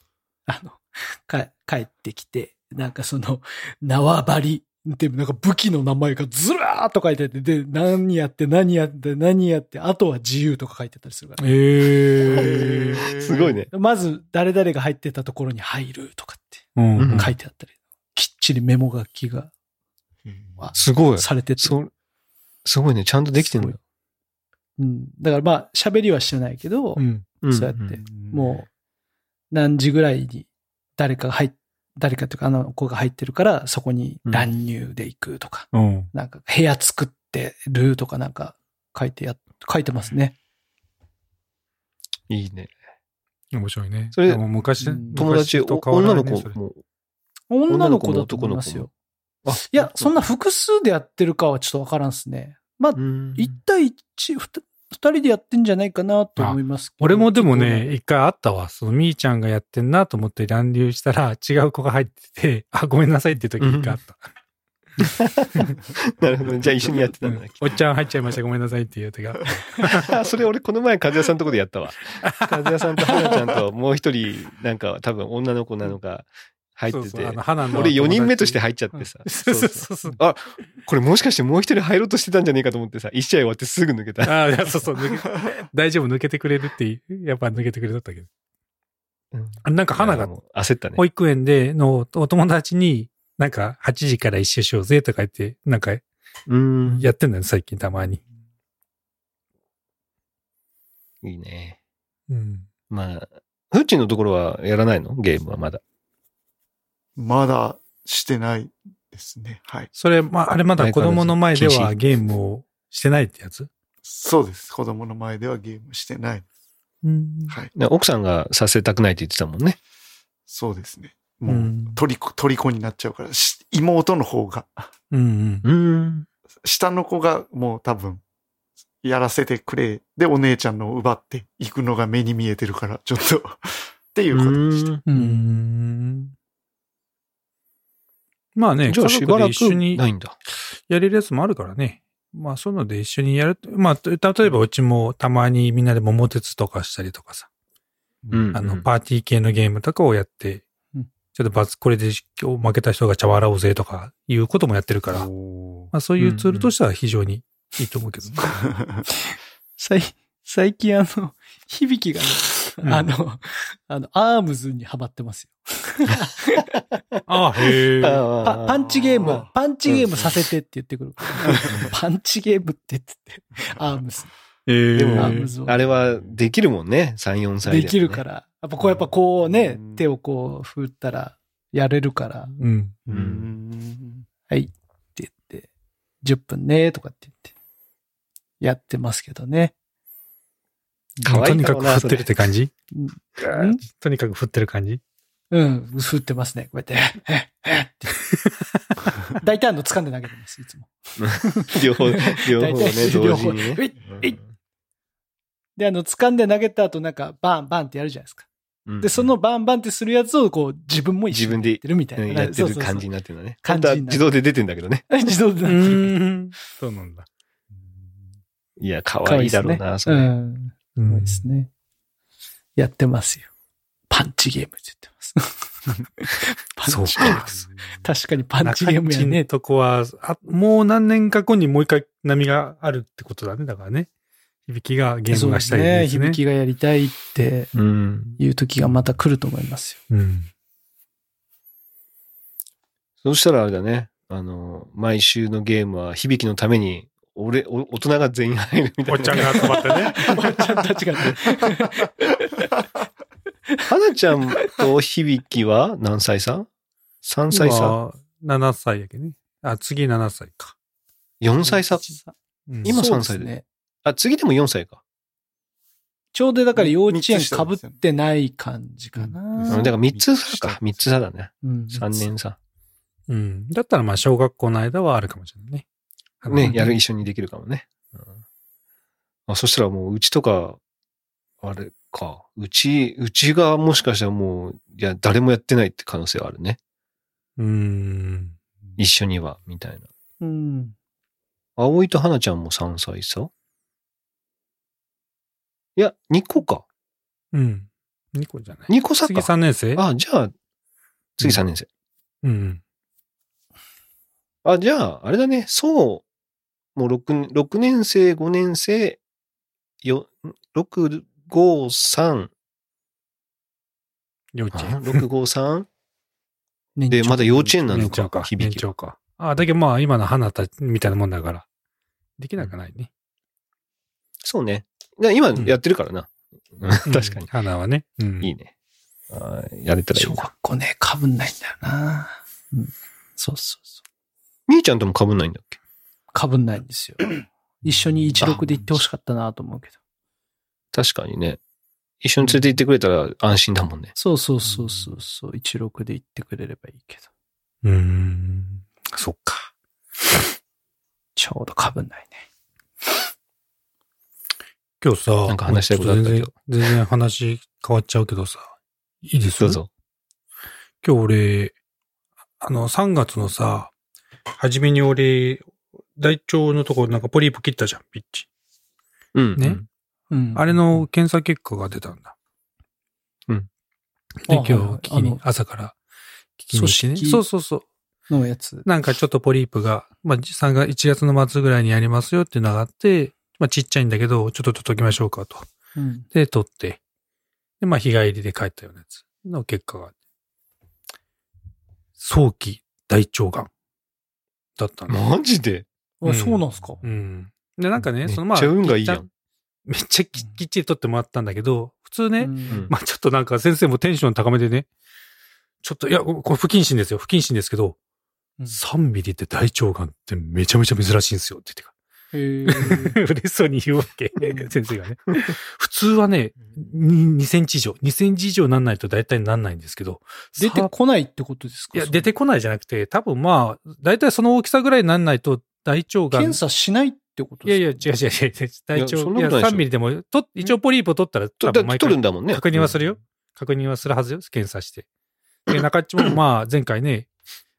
[SPEAKER 3] あの、 か、帰ってきて、なんかその、縄張り。で、なんか武器の名前がずらーっと書いてあって、で、何やって、何やって、何やって、あとは自由とか書いてあったりするから、
[SPEAKER 2] ええ。
[SPEAKER 1] すごい。ね。
[SPEAKER 3] まず、誰々が入ってたところに入るとかっ
[SPEAKER 2] うん
[SPEAKER 1] うん
[SPEAKER 3] て書いてあったり、きっちりメモ書きが
[SPEAKER 1] すごい。
[SPEAKER 3] されてて。
[SPEAKER 1] そう、すごいね。ちゃんとできてるんだよ。
[SPEAKER 3] うん。だからまあ、喋りはしてないけど、
[SPEAKER 2] うん。
[SPEAKER 3] そうやって、もう、何時ぐらいに誰かが入っ、誰かというか、あの子が入ってるから、そこに乱入で行くとか、
[SPEAKER 2] うん。
[SPEAKER 3] なんか部屋作ってるとかなんか書いてや、書いてますね。
[SPEAKER 1] うんいいね。
[SPEAKER 2] 面白いね。
[SPEAKER 1] それ
[SPEAKER 2] でも昔、
[SPEAKER 3] うん
[SPEAKER 1] 友達、
[SPEAKER 2] 昔
[SPEAKER 1] お
[SPEAKER 2] と変わ
[SPEAKER 1] 女
[SPEAKER 2] らない
[SPEAKER 1] の子
[SPEAKER 2] ねそれ
[SPEAKER 1] も。
[SPEAKER 3] 女の子だと思いますよ。
[SPEAKER 1] あ
[SPEAKER 3] いや、そんな複数でやってるかはちょっとわからんですね。まあ、
[SPEAKER 1] うん
[SPEAKER 3] 1対1、2人でやってんじゃないかなと思いますけど
[SPEAKER 2] 俺もでもね、、一回あったわ。そのみーちゃんがやってんなと思って乱流したら、違う子が入ってて、あ、ごめんなさいっていう時一回あった。
[SPEAKER 1] なるほど。じゃあ一緒にやってたんだ
[SPEAKER 2] うんおっちゃん入っちゃいました、ごめんなさいっていう 時が。
[SPEAKER 1] あそれ俺この前、和也さんのとこでや ったわ。和也さんと花ちゃんともう一人、なんか多分女の子なのか入ってて。
[SPEAKER 2] そうそうあの花の
[SPEAKER 1] 俺4人目として入っちゃってさ。
[SPEAKER 2] そう
[SPEAKER 1] そ
[SPEAKER 2] そうう
[SPEAKER 1] そう
[SPEAKER 2] そうそう。
[SPEAKER 1] これもしかしてもう一人入ろうとしてたんじゃねえかと思ってさ、1試合終わってすぐ抜けた。
[SPEAKER 2] あいやそうそう、抜け大丈夫、抜けてくれるって、やっぱ抜けてくれたったけど。なんか花
[SPEAKER 1] いや
[SPEAKER 2] が、
[SPEAKER 1] もう焦ったね
[SPEAKER 2] 保。育園でのお友達に、なんか8時から一周しようぜとか言って、なんか
[SPEAKER 1] うん。
[SPEAKER 2] やってんだよ、最近たまに。
[SPEAKER 1] いいね。
[SPEAKER 2] うん。
[SPEAKER 1] まあ、フッチンのところはやらないのゲームはまだ。
[SPEAKER 4] まだしてないですね。はい。
[SPEAKER 2] それ、まあ、あれまだ子供の前で
[SPEAKER 1] 禁
[SPEAKER 2] は
[SPEAKER 1] 止
[SPEAKER 2] ゲームをしてないってやつ
[SPEAKER 4] そうです。子供の前ではゲームしてない。
[SPEAKER 2] うん
[SPEAKER 4] はい。
[SPEAKER 1] ね奥さんがさせたくないって言ってたもんね。
[SPEAKER 4] そうですね。
[SPEAKER 2] う
[SPEAKER 4] もう、
[SPEAKER 2] ん。
[SPEAKER 4] 虜、虜になっちゃうから、し妹の方が、
[SPEAKER 2] うん
[SPEAKER 1] うん。
[SPEAKER 4] 下の子がもう多分、やらせてくれ。で、お姉ちゃんのを奪っていくのが目に見えてるから、ちょっと、っていうことでした。
[SPEAKER 2] う。
[SPEAKER 3] うん。
[SPEAKER 2] うんん。まあね、
[SPEAKER 1] じゃ
[SPEAKER 2] 家
[SPEAKER 1] あし
[SPEAKER 2] 族
[SPEAKER 1] ば
[SPEAKER 2] で
[SPEAKER 1] ら
[SPEAKER 2] 一緒
[SPEAKER 1] く
[SPEAKER 2] に
[SPEAKER 1] ないんだ。
[SPEAKER 2] やれるやつもあるからね。まあ、そういうので一緒にやる。まあ、例えばうちもたまにみんなで桃鉄とかしたりとかさ、
[SPEAKER 1] うん
[SPEAKER 2] あの、パーティー系のゲームとかをやって
[SPEAKER 3] うん、
[SPEAKER 2] ちょっと罰、これで今日負けた人が茶笑おうぜとかいうこともやってるから、ま
[SPEAKER 4] お
[SPEAKER 2] あそういうツールとしては非常にいいと思うけどね。
[SPEAKER 4] ー
[SPEAKER 3] 最最近あの、響きがね、
[SPEAKER 2] うん
[SPEAKER 3] あの、あの、アームズにハマってますよ。
[SPEAKER 2] ああ、へ え。
[SPEAKER 3] パパンチゲー
[SPEAKER 4] あ
[SPEAKER 3] ム
[SPEAKER 4] ー、
[SPEAKER 3] パンチゲームさせてって言ってくるから。パンチゲームって言ってて、アームス、
[SPEAKER 2] ええ
[SPEAKER 1] で
[SPEAKER 3] ア
[SPEAKER 1] も
[SPEAKER 3] ームズを
[SPEAKER 1] あれはできるもんね、3、4歳で、。
[SPEAKER 3] できるからら。やっぱこう、やっぱこうね
[SPEAKER 4] うん、
[SPEAKER 3] 手をこう振ったら、やれるから、っ
[SPEAKER 2] うん。
[SPEAKER 4] う
[SPEAKER 1] うん
[SPEAKER 4] ん。
[SPEAKER 3] て言って、10分ね、とかって言って、やってますけどね。
[SPEAKER 1] 可愛
[SPEAKER 2] と
[SPEAKER 1] い
[SPEAKER 2] に
[SPEAKER 1] か
[SPEAKER 2] からく
[SPEAKER 1] な
[SPEAKER 2] 振ってるって感じ
[SPEAKER 3] うん
[SPEAKER 2] うんとにかく振ってる感じ
[SPEAKER 3] うん、振ってますね。こうやって、えっ、えっ、えっって。大体あの、掴んで投げてます、いつも。
[SPEAKER 1] 両 方、両方
[SPEAKER 3] 大
[SPEAKER 1] ね、
[SPEAKER 3] 体
[SPEAKER 1] 同時に
[SPEAKER 3] 両
[SPEAKER 1] ね
[SPEAKER 3] 方 うい。で、あの、掴んで投げた後、なんか、バンバンってやるじゃないですか。
[SPEAKER 1] うん
[SPEAKER 3] で、そ、のバンバンってするやつを、こう、自分も一
[SPEAKER 1] 自
[SPEAKER 3] 緒に
[SPEAKER 1] 分で
[SPEAKER 3] やってるみたい
[SPEAKER 1] うん
[SPEAKER 3] な。
[SPEAKER 1] やって
[SPEAKER 3] そう
[SPEAKER 1] る
[SPEAKER 3] そうそう
[SPEAKER 1] 感じになってるのね。
[SPEAKER 3] 感
[SPEAKER 1] 本
[SPEAKER 3] じ
[SPEAKER 1] 当は
[SPEAKER 3] になる
[SPEAKER 1] 自動で出てんだけどね。
[SPEAKER 3] 自動で
[SPEAKER 2] う
[SPEAKER 3] な ってる
[SPEAKER 2] ん。そうなんだ。
[SPEAKER 1] いや、可愛いだろうな、それ。
[SPEAKER 3] うん。
[SPEAKER 2] う
[SPEAKER 3] すごい
[SPEAKER 2] ん
[SPEAKER 3] ですね。やってますよ。パンチゲームって言って ます。パンチゲームです。確かにパンチゲームや
[SPEAKER 2] 中地の。
[SPEAKER 3] ね
[SPEAKER 2] とこは、あもう何年か後にもう一回波があるってことだね。だからね。響きがゲームがしたいです
[SPEAKER 3] そう
[SPEAKER 2] ね。
[SPEAKER 3] 響きがやりたいって
[SPEAKER 1] うん。
[SPEAKER 3] いう時がまた来ると思いますよ。
[SPEAKER 2] うん。
[SPEAKER 1] そしたらあれだね。あの、毎週のゲームは響きのために、俺、お大人が全員 入るみた
[SPEAKER 2] お
[SPEAKER 1] い
[SPEAKER 2] っちゃん
[SPEAKER 1] な。
[SPEAKER 2] が集まってね。
[SPEAKER 3] ワンちゃんたちがね。
[SPEAKER 1] 花ちゃんと響きは何歳さん ?3 歳差
[SPEAKER 2] 今7歳やけね。あ、次7歳か。
[SPEAKER 1] ?4 歳差
[SPEAKER 2] うん
[SPEAKER 1] 今
[SPEAKER 3] そう
[SPEAKER 1] 3歳
[SPEAKER 3] す
[SPEAKER 1] で。
[SPEAKER 3] ね。
[SPEAKER 1] あ、次でも4歳か。
[SPEAKER 3] ちょうどだから幼稚園
[SPEAKER 4] 三つ
[SPEAKER 3] 被
[SPEAKER 4] 下ですよね
[SPEAKER 3] ってない感じか
[SPEAKER 1] うん
[SPEAKER 4] う
[SPEAKER 1] だ
[SPEAKER 3] な
[SPEAKER 4] ね。
[SPEAKER 1] から3つ差か。3つ差だね。
[SPEAKER 3] うん
[SPEAKER 1] 3。年差。
[SPEAKER 2] うん。だったらまあ小学校の間はあるかもしれないね。
[SPEAKER 1] ね、やる
[SPEAKER 2] い
[SPEAKER 1] 一緒にできるかもね。うんあそしたらもううちとか、あれか。うち、うちがもしかしたらもう、いや、誰もやってないって可能性はあるね。
[SPEAKER 2] うん。
[SPEAKER 1] 一緒には、みたいな。
[SPEAKER 3] うん。
[SPEAKER 1] 葵と花ちゃんも3歳さいや、2個か。
[SPEAKER 2] うん。2個じゃない。
[SPEAKER 1] 2個差
[SPEAKER 2] 次
[SPEAKER 1] か。
[SPEAKER 2] 3年生
[SPEAKER 1] あ、じゃあ、次3年生。
[SPEAKER 2] うん。
[SPEAKER 1] あ、じゃあ、あれだね。そう。もう 6, 6年生、5年生、よ6、5、3、
[SPEAKER 2] 幼 稚園。
[SPEAKER 1] 6、5、3、
[SPEAKER 3] 年
[SPEAKER 1] で、
[SPEAKER 3] 長
[SPEAKER 1] まだ幼稚園なの
[SPEAKER 2] 年長
[SPEAKER 1] か、
[SPEAKER 2] か。
[SPEAKER 1] 響
[SPEAKER 2] 年
[SPEAKER 1] きは。
[SPEAKER 2] 長か。あ、だけどまあ今の花たちみたいなもんだから。できなくないね。
[SPEAKER 1] そうね。だ今
[SPEAKER 2] ん
[SPEAKER 1] やってるからな。
[SPEAKER 2] うん
[SPEAKER 1] 確かに。
[SPEAKER 2] 花はね。うん。
[SPEAKER 1] いいね。あーやれたらいい
[SPEAKER 3] 小
[SPEAKER 1] な。
[SPEAKER 3] 学校ね、被んないんだよな。うん。そうそうそ
[SPEAKER 1] みーちゃんとも被んないんだっけ
[SPEAKER 3] う。被んないんですよ。一緒に16で行ってほしかったなと思うけど。
[SPEAKER 1] 確かにね。一緒に連れて行ってくれたら安心だもんね。
[SPEAKER 3] そうそうそうそうそう。16で行ってくれればいいけど。
[SPEAKER 2] うーん。そっか。
[SPEAKER 3] ちょうど被んないね。
[SPEAKER 2] 今日さ、
[SPEAKER 1] なんか話したいことあったけど
[SPEAKER 2] ちょっ全然、全然話変わっちゃうけどさ。いいです
[SPEAKER 1] どうぞ。
[SPEAKER 2] 今日俺、あの、3月のさ、初めに俺、大腸のとこなんかポリープ切ったじゃん、ピッチ。
[SPEAKER 1] うん。
[SPEAKER 2] ね
[SPEAKER 3] うん
[SPEAKER 2] あれの検査結果が出たんだ。
[SPEAKER 1] うん。
[SPEAKER 2] で、
[SPEAKER 3] あ
[SPEAKER 2] 今日
[SPEAKER 3] はいはい
[SPEAKER 2] 聞き
[SPEAKER 3] あ
[SPEAKER 2] に
[SPEAKER 3] の、
[SPEAKER 2] 朝から聞きに行ってね。
[SPEAKER 3] 組織
[SPEAKER 2] そうそうそう。
[SPEAKER 3] のやつ。
[SPEAKER 2] なんかちょっとポリープが、まあ、3が1月の末ぐらいにやりますよっていうのがあって、まあ、ちっちゃいんだけど、ちょっと取っときましょうかと。
[SPEAKER 3] うん。
[SPEAKER 2] で、取って、で、まあ、日帰りで帰ったようなやつの結果が、早期大腸がんだったの。
[SPEAKER 1] マジで
[SPEAKER 2] うん
[SPEAKER 3] あそうなんすか。
[SPEAKER 2] うん。で、なんかね、その
[SPEAKER 1] めっ
[SPEAKER 2] まあ、
[SPEAKER 1] ちゃ運がいいや
[SPEAKER 2] きっ
[SPEAKER 1] ん。
[SPEAKER 2] ちゃめっちゃききっちり取ってもらったんだけど、普通ね、
[SPEAKER 3] うん
[SPEAKER 2] まあちょっとなんか先生もテンション高めでね、ちょっと、いや、これ不謹慎ですよ、不謹慎ですけど、
[SPEAKER 3] うん
[SPEAKER 2] 3ミリって大腸がんってめちゃめちゃ珍しいんですよって
[SPEAKER 3] へー
[SPEAKER 2] 言って 嬉しそうに言うわけ
[SPEAKER 3] う、ん
[SPEAKER 2] 先生がね。普通はね、に 2, センチ以上、2センチ以上なんないと大体なんないんですけど、
[SPEAKER 3] 出て
[SPEAKER 2] さ
[SPEAKER 3] こないってことですか
[SPEAKER 2] いや、出て
[SPEAKER 3] こ
[SPEAKER 2] こないじゃなくて、多分まあ、大体その大きさぐらいになんないと大腸がん。
[SPEAKER 3] 検査しないってこと
[SPEAKER 2] いやいや、違う
[SPEAKER 3] う。
[SPEAKER 2] 違う違う。大腸、
[SPEAKER 1] いやそん
[SPEAKER 2] い
[SPEAKER 1] な
[SPEAKER 2] や、
[SPEAKER 1] ことないでしょ
[SPEAKER 2] 3ミリでも、と一応ポリープを取ったら、
[SPEAKER 1] と
[SPEAKER 2] 多分
[SPEAKER 1] だ
[SPEAKER 2] 毎
[SPEAKER 1] 取る
[SPEAKER 2] 回
[SPEAKER 1] んだもんね。
[SPEAKER 2] 確認はするよ。確認はするはずよ、検査して。で、中っちも、まあ、前回ね、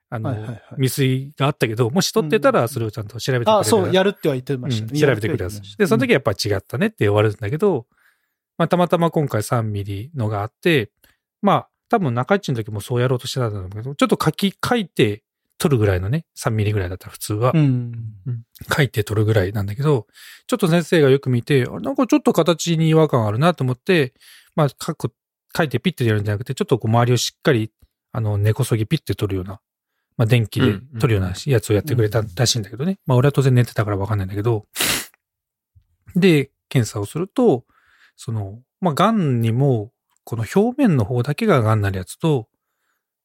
[SPEAKER 2] あの、
[SPEAKER 3] はいはいはい
[SPEAKER 2] 未遂があったけど、もし取ってたら、それをちゃんと調べてくれる
[SPEAKER 3] あ、そう、やるっては言ってましたね。
[SPEAKER 2] うん調べてくれます。で、その時はやっぱ違ったねって言われるんだけど、まあ、たまたま今回3ミリのがあって、まあ、多分中市の時もそうやろうとしてたんだろうけど、ちょっと書き、書いて取るぐらいのね、3ミリぐらいだったら普通は
[SPEAKER 3] う、ん。
[SPEAKER 2] 書いて取るぐらいなんだけど、ちょっと先生がよく見て、あなんかちょっと形に違和感あるなと思って、まあ、書く、書いてピッてやるんじゃなくて、ちょっとこう周りをしっかり、あの、根こそぎピッて取るような、まあ、電気で取るようなやつをやってくれたらしいんだけどね。まあ、俺は当然寝てたからわかんないんだけど。で、検査をすると、その、まあ、癌にも、この表面の方だけが癌になるやつと、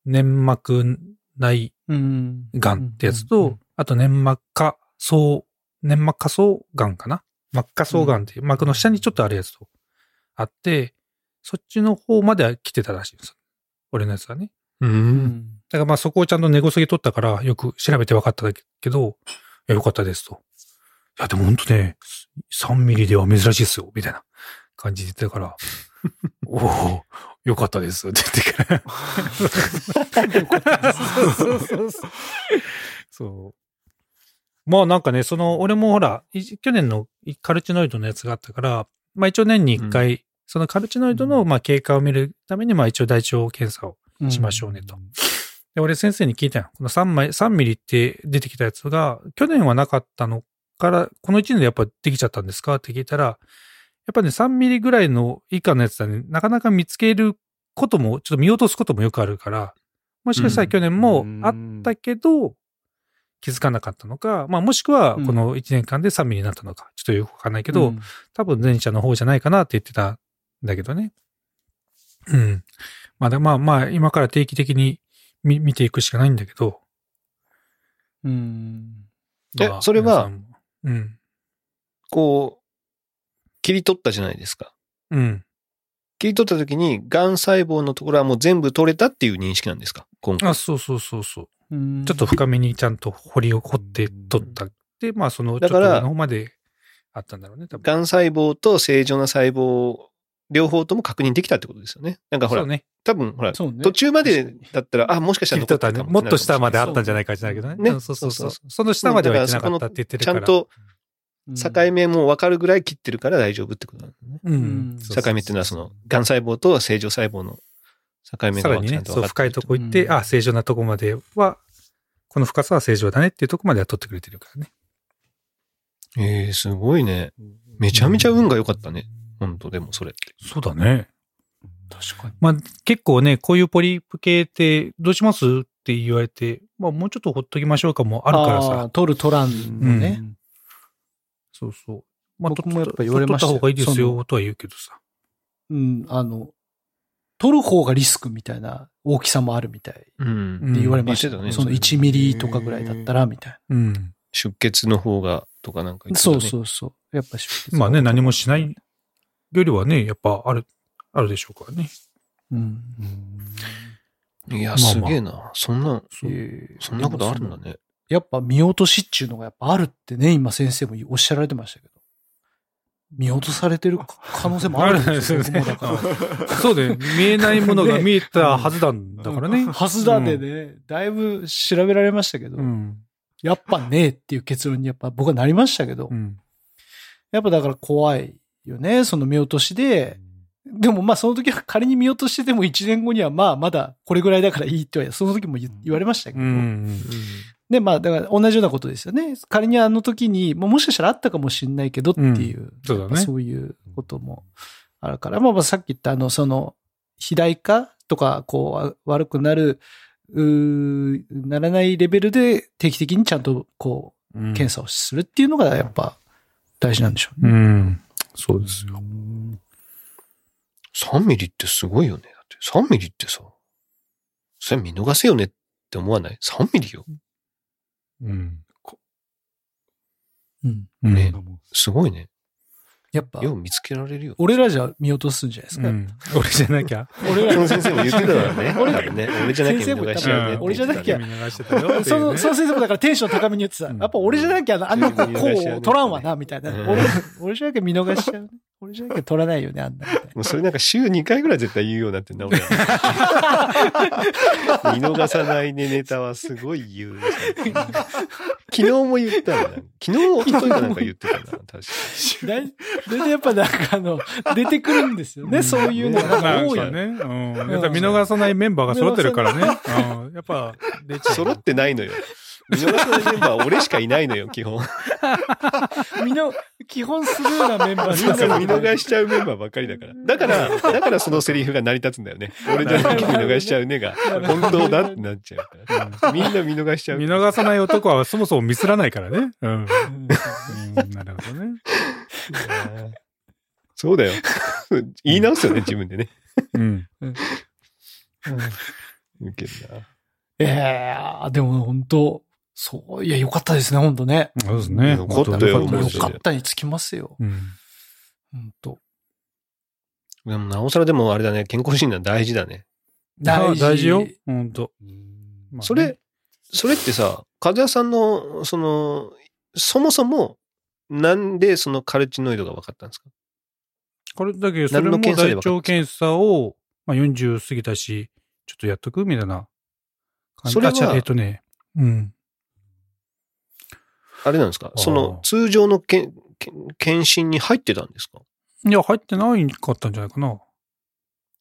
[SPEAKER 2] 粘膜内
[SPEAKER 3] うん。
[SPEAKER 2] 癌ってやつと、
[SPEAKER 3] うんうんうん
[SPEAKER 2] あと粘膜下層、粘膜下層癌かな膜下層癌っていう、膜の下にちょっとあるやつとあって、そっちの方までは来てたらしいんです。俺のやつはね。
[SPEAKER 1] う。
[SPEAKER 3] うんん。
[SPEAKER 2] だからまあそこをちゃんと根こそぎ取ったから、よく調べて分かったけど、いや、よかったですと。いや、でもほんとね、3ミリでは珍しいっすよ、みたいな感じで言ってたから、おおよかったです、って言ってから。そうそうそう。そう。まあなんかね、その、俺もほら、い去年のカルチノイドのやつがあったから、まあ一応年に1回、そのカルチノイドのまあ経過を見るために、まあ一応大腸検査を
[SPEAKER 3] うん
[SPEAKER 2] しましょうねと。で、俺先生に聞いたよ。この3枚、3ミリって出てきたやつが、去年はなかったのから、この1年でやっぱできちゃったんですかって聞いたら、やっぱね、3ミリぐらいの以下のやつだね、なかなか見つけることも、ちょっと見落とすこともよくあるから、もしかしたら去年もあったけど、気づかなかったのか、まあもしくはこの1年間で3ミリになったのか、ちょっとよくわかんないけど、
[SPEAKER 3] うん
[SPEAKER 2] 多分前者の方じゃないかなって言ってたんだけどね。うん。まあだ、まあまあ、今から定期的に見見ていくしかないんだけど。
[SPEAKER 3] うん。
[SPEAKER 1] え
[SPEAKER 2] まあ
[SPEAKER 1] それは
[SPEAKER 2] 皆さんも
[SPEAKER 1] こう、切り取ったじゃないですか。
[SPEAKER 2] うん。うん。
[SPEAKER 1] 切り取った時に、癌細胞のところはもう全部取れたっていう認識なんですか今回。
[SPEAKER 2] あ、そうそうそうそう。
[SPEAKER 3] うん
[SPEAKER 2] ちょっと、深めにちゃんと掘りを掘って取った。で、まあその、ちょ
[SPEAKER 1] だ
[SPEAKER 2] っと
[SPEAKER 1] から
[SPEAKER 2] 上の方まであったんだろうね、多分。
[SPEAKER 1] 癌細胞と正常な細胞、両方とも確認できたってことですよね。なんかほ
[SPEAKER 2] そ
[SPEAKER 1] ら、
[SPEAKER 2] うね。
[SPEAKER 1] 多分ほら、
[SPEAKER 3] そうね。
[SPEAKER 1] 途中まで
[SPEAKER 3] 確かに
[SPEAKER 1] だったら、あ、もしかしたら
[SPEAKER 2] 言っ
[SPEAKER 1] 残
[SPEAKER 2] て
[SPEAKER 1] ってる
[SPEAKER 2] たね。
[SPEAKER 1] かも
[SPEAKER 2] もっと下まであ
[SPEAKER 3] あ
[SPEAKER 2] っ
[SPEAKER 3] った
[SPEAKER 2] ん
[SPEAKER 3] た
[SPEAKER 2] じ
[SPEAKER 3] んじ
[SPEAKER 2] ゃ
[SPEAKER 3] ゃ
[SPEAKER 2] な
[SPEAKER 3] ないい
[SPEAKER 2] か
[SPEAKER 3] か
[SPEAKER 2] し
[SPEAKER 3] し
[SPEAKER 2] ら
[SPEAKER 3] ら
[SPEAKER 2] け
[SPEAKER 3] け
[SPEAKER 2] ど
[SPEAKER 3] ど
[SPEAKER 2] ね
[SPEAKER 3] ね。
[SPEAKER 2] うんそうそうそう
[SPEAKER 1] ね。
[SPEAKER 2] その下までは行ってなかったって言ってる
[SPEAKER 1] ち
[SPEAKER 2] か
[SPEAKER 1] ゃ
[SPEAKER 2] ら。
[SPEAKER 1] んと
[SPEAKER 3] うん
[SPEAKER 1] 境目も分かるぐらい切ってるから大丈夫ってことなんだね。
[SPEAKER 2] う
[SPEAKER 3] うん
[SPEAKER 2] ん。そうそうそう
[SPEAKER 1] 境目っていうのはその、癌細胞と正常細胞の境目
[SPEAKER 2] さ
[SPEAKER 1] が
[SPEAKER 2] ら
[SPEAKER 1] 分
[SPEAKER 2] に
[SPEAKER 1] か
[SPEAKER 2] ね
[SPEAKER 1] る、と
[SPEAKER 2] そ
[SPEAKER 1] 分
[SPEAKER 2] う、
[SPEAKER 1] か
[SPEAKER 2] 深
[SPEAKER 1] っ
[SPEAKER 2] い
[SPEAKER 1] て
[SPEAKER 2] と
[SPEAKER 1] る
[SPEAKER 2] こ行って、
[SPEAKER 3] うん
[SPEAKER 2] あ、正常なとこまでは、この深さは正常だねっていうとこまでは取ってくれてるからね。
[SPEAKER 1] えー、すごいね。めちゃめちゃ運が良かったね。本当でもそれって。
[SPEAKER 2] そうだね。
[SPEAKER 3] 確かに。
[SPEAKER 2] まあ、結構ね、こういうポリープ系って、どうしますって言われて、まあ、もうちょっとほっときましょうかもあるから
[SPEAKER 3] あー
[SPEAKER 2] さ。
[SPEAKER 3] 取る取らんのね。
[SPEAKER 2] そうそう。まあ、
[SPEAKER 3] 僕もやっぱ言われました
[SPEAKER 2] 取っ
[SPEAKER 3] よ
[SPEAKER 2] た方がいいです
[SPEAKER 3] そ
[SPEAKER 2] よ、とは言うけどさ。
[SPEAKER 3] うん、あの、取る方がリスクみたいな大きさもあるみたいって
[SPEAKER 1] うん。
[SPEAKER 2] ん
[SPEAKER 3] 言われました。
[SPEAKER 1] 言ってたね
[SPEAKER 3] その1ミリとかぐらいだったらみたい
[SPEAKER 2] うん。
[SPEAKER 1] 出血の方がとかなんか言
[SPEAKER 3] な。
[SPEAKER 1] ってた
[SPEAKER 3] そ
[SPEAKER 1] ね
[SPEAKER 3] うそうそう。やっぱ出血
[SPEAKER 2] まあね、何もしないよりはね、やっぱある、あるでしょうからね。
[SPEAKER 3] うん。
[SPEAKER 1] いや、
[SPEAKER 2] まあまあ
[SPEAKER 1] すげえな。そんな、
[SPEAKER 2] そう
[SPEAKER 3] えー
[SPEAKER 1] そんなことあるんだ。
[SPEAKER 3] でも
[SPEAKER 1] ね。
[SPEAKER 3] そのやっぱ見落としっていうのがやっぱあるってね、今先生もおっしゃられてましたけど。見落とされてる可能性もあるんですよ、
[SPEAKER 2] あるんですよね
[SPEAKER 3] 僕もだから
[SPEAKER 2] そうで、見えないものが見えたはずなんだから ね。
[SPEAKER 3] はずだでね、だいぶ調べられましたけど、
[SPEAKER 2] うん。
[SPEAKER 3] やっぱねえっていう結論にやっぱ僕はなりましたけど、
[SPEAKER 2] うん。
[SPEAKER 3] やっぱだから怖いよね、その見落としで。でもまあその時は仮に見落としてても1年後にはまあまだこれぐらいだからいいってはその時も言言われましたけ
[SPEAKER 2] う
[SPEAKER 3] ど。
[SPEAKER 2] ん。
[SPEAKER 3] でまあだから同じようなことですよね。仮にあの時にもうもしかしたらあったかもしれないけどっていう、
[SPEAKER 2] そうだ
[SPEAKER 3] やっぱ
[SPEAKER 2] ね。
[SPEAKER 3] そういうこともあるから。まあまあさっき言ったあのその肥大化とかこうあ悪くなる、うーならないレベルで定期的にちゃんとこう検査をするっていうのがやっぱ大事なんでしょう
[SPEAKER 2] う
[SPEAKER 3] ね。
[SPEAKER 2] ん。そうですよ。
[SPEAKER 1] 3ミリってすごいよね。だって3ミリってさ、それ見逃せよねって思わない ?3 ミリよ。
[SPEAKER 2] うん。
[SPEAKER 3] うん。
[SPEAKER 1] ね
[SPEAKER 2] ね。
[SPEAKER 1] すごいね。
[SPEAKER 3] やっぱ
[SPEAKER 1] よう見つけられるよ。
[SPEAKER 3] 俺らじゃ見落とすんじゃないです
[SPEAKER 2] う
[SPEAKER 3] か。
[SPEAKER 2] ん。俺じゃなきゃ。
[SPEAKER 3] 俺ら
[SPEAKER 1] その 先生も言ってたからね。
[SPEAKER 3] 俺
[SPEAKER 1] あれね。俺じゃなきゃ見逃しちゃうねって言ってたね。
[SPEAKER 3] 俺じゃなきゃ
[SPEAKER 2] 見逃してたよっていうね。
[SPEAKER 3] その、その先生もだからテンション高めに言ってた。
[SPEAKER 2] う
[SPEAKER 3] や
[SPEAKER 2] ん
[SPEAKER 3] っぱ俺じゃなきゃあんな子こ
[SPEAKER 1] う
[SPEAKER 3] うん取らんわな、みたいな
[SPEAKER 1] う。ん
[SPEAKER 3] 俺、俺じゃなきゃ見逃しちゃうね。俺じゃなきゃ取らないよね、あんなみたい
[SPEAKER 1] もうそれなんか週2回ぐらい絶対言うようになってんな、俺。 見逃さないね、ネタはすごい言う。昨日も言ったよな。昨日、一昨日かなんか言ってたな、確かに。
[SPEAKER 3] な。大大体やっぱなんかあの、出てくるんですよね、そういうのがな
[SPEAKER 2] な
[SPEAKER 3] んか
[SPEAKER 2] ん
[SPEAKER 3] 多い
[SPEAKER 2] か
[SPEAKER 3] よね。
[SPEAKER 2] ね。うん。やっぱ見逃さないメンバーが揃ってるからね。うん。やっぱ、出ちゃう
[SPEAKER 1] 揃ってないのよ。見逃さないメンバーは俺しかいないのよ、基本。
[SPEAKER 3] みんな、基本スルーなメンバー
[SPEAKER 1] だから見逃
[SPEAKER 3] し
[SPEAKER 1] しちゃうメンバーばっかりだから。だから、だからそのセリフが成り立つんだよね。俺じゃなきゃ見逃しちゃうねが、本当だってなっちゃうから。みんな見逃しちゃう。
[SPEAKER 2] 見逃さない男はそもそもミスらないからね。うん。うんなるほどね。
[SPEAKER 1] そうだよ。言い直すよね、自分でね。
[SPEAKER 2] うん。
[SPEAKER 1] ウケるな。
[SPEAKER 3] ええー、でも本当そう、いや、よかったですね、本当ね。
[SPEAKER 2] そうですね。
[SPEAKER 1] よかったよ
[SPEAKER 2] 本当に
[SPEAKER 1] マ
[SPEAKER 3] よ
[SPEAKER 1] ジで
[SPEAKER 3] かったにつきますよ。
[SPEAKER 2] うん。
[SPEAKER 3] 本当
[SPEAKER 1] でもなおさらでもあれだね、健康診断大事だね。
[SPEAKER 3] 大事
[SPEAKER 2] 大事よ。本当。まあね
[SPEAKER 1] それ、それってさ、和也さんの、その、そもそも、なんでそのカルチノイドが分かったんですか
[SPEAKER 2] これだけど、それも
[SPEAKER 1] 何の検査
[SPEAKER 2] 大
[SPEAKER 1] で分かった
[SPEAKER 2] 腸検査を、まあ、40過ぎたし、ちょっとやっとくみたいな感じ。
[SPEAKER 1] それは
[SPEAKER 2] あじゃあえっとね、うん。
[SPEAKER 1] あれなんですか
[SPEAKER 2] あー
[SPEAKER 1] その、通常のけんけん検診に入ってたんですか
[SPEAKER 2] いや、入ってないかったんじゃないかな。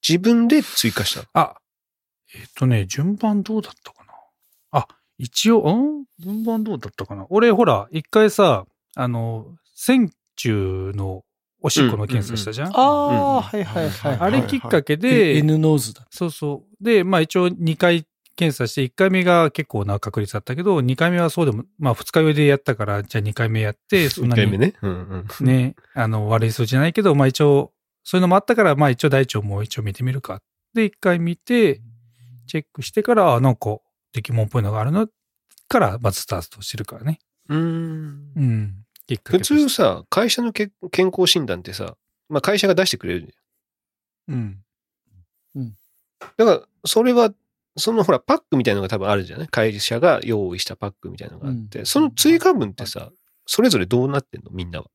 [SPEAKER 1] 自分で追加したの
[SPEAKER 2] あ、えっとね、順番どうだったかな。あ、一応、うん順番どうだったかな。俺、ほら、一回さ、あの、線虫のおしっこの検査したじゃん。
[SPEAKER 3] ああ、
[SPEAKER 1] うん
[SPEAKER 3] はいはいはい。
[SPEAKER 2] あれきっかけ
[SPEAKER 3] で、
[SPEAKER 2] で、
[SPEAKER 3] N ノーズだ。
[SPEAKER 2] そうそう。で、まあ一応2回検査して、1回目が結構な確率だったけど、2回目はそうでも、まあ2日酔いでやったから、じゃあ2回目 やって、そん
[SPEAKER 1] 一
[SPEAKER 2] な
[SPEAKER 1] 回目
[SPEAKER 2] に
[SPEAKER 1] ね。うんうん。
[SPEAKER 2] ね、あの、悪い数字じゃないけど、まあ一応、そういうのもあったから、まあ一応大腸も一応見てみるか。で、1回見て、チェックしてから、あ、なんか、出来物っぽいのがあるのから、まずスタートしてるからね。
[SPEAKER 1] うーん
[SPEAKER 2] うん。きっか
[SPEAKER 1] 普
[SPEAKER 2] けとして
[SPEAKER 1] 通、さ、会社のけ健康診断ってさ、まあ、会社が出してくれるじ
[SPEAKER 2] うん。
[SPEAKER 1] ゃん。だから、それは、そのほら、パックみたいのが多分あるじゃない会社が用意したパックみたいのがあって、
[SPEAKER 3] うん
[SPEAKER 1] その追加分ってさ、それぞれどうなってんのみんなは。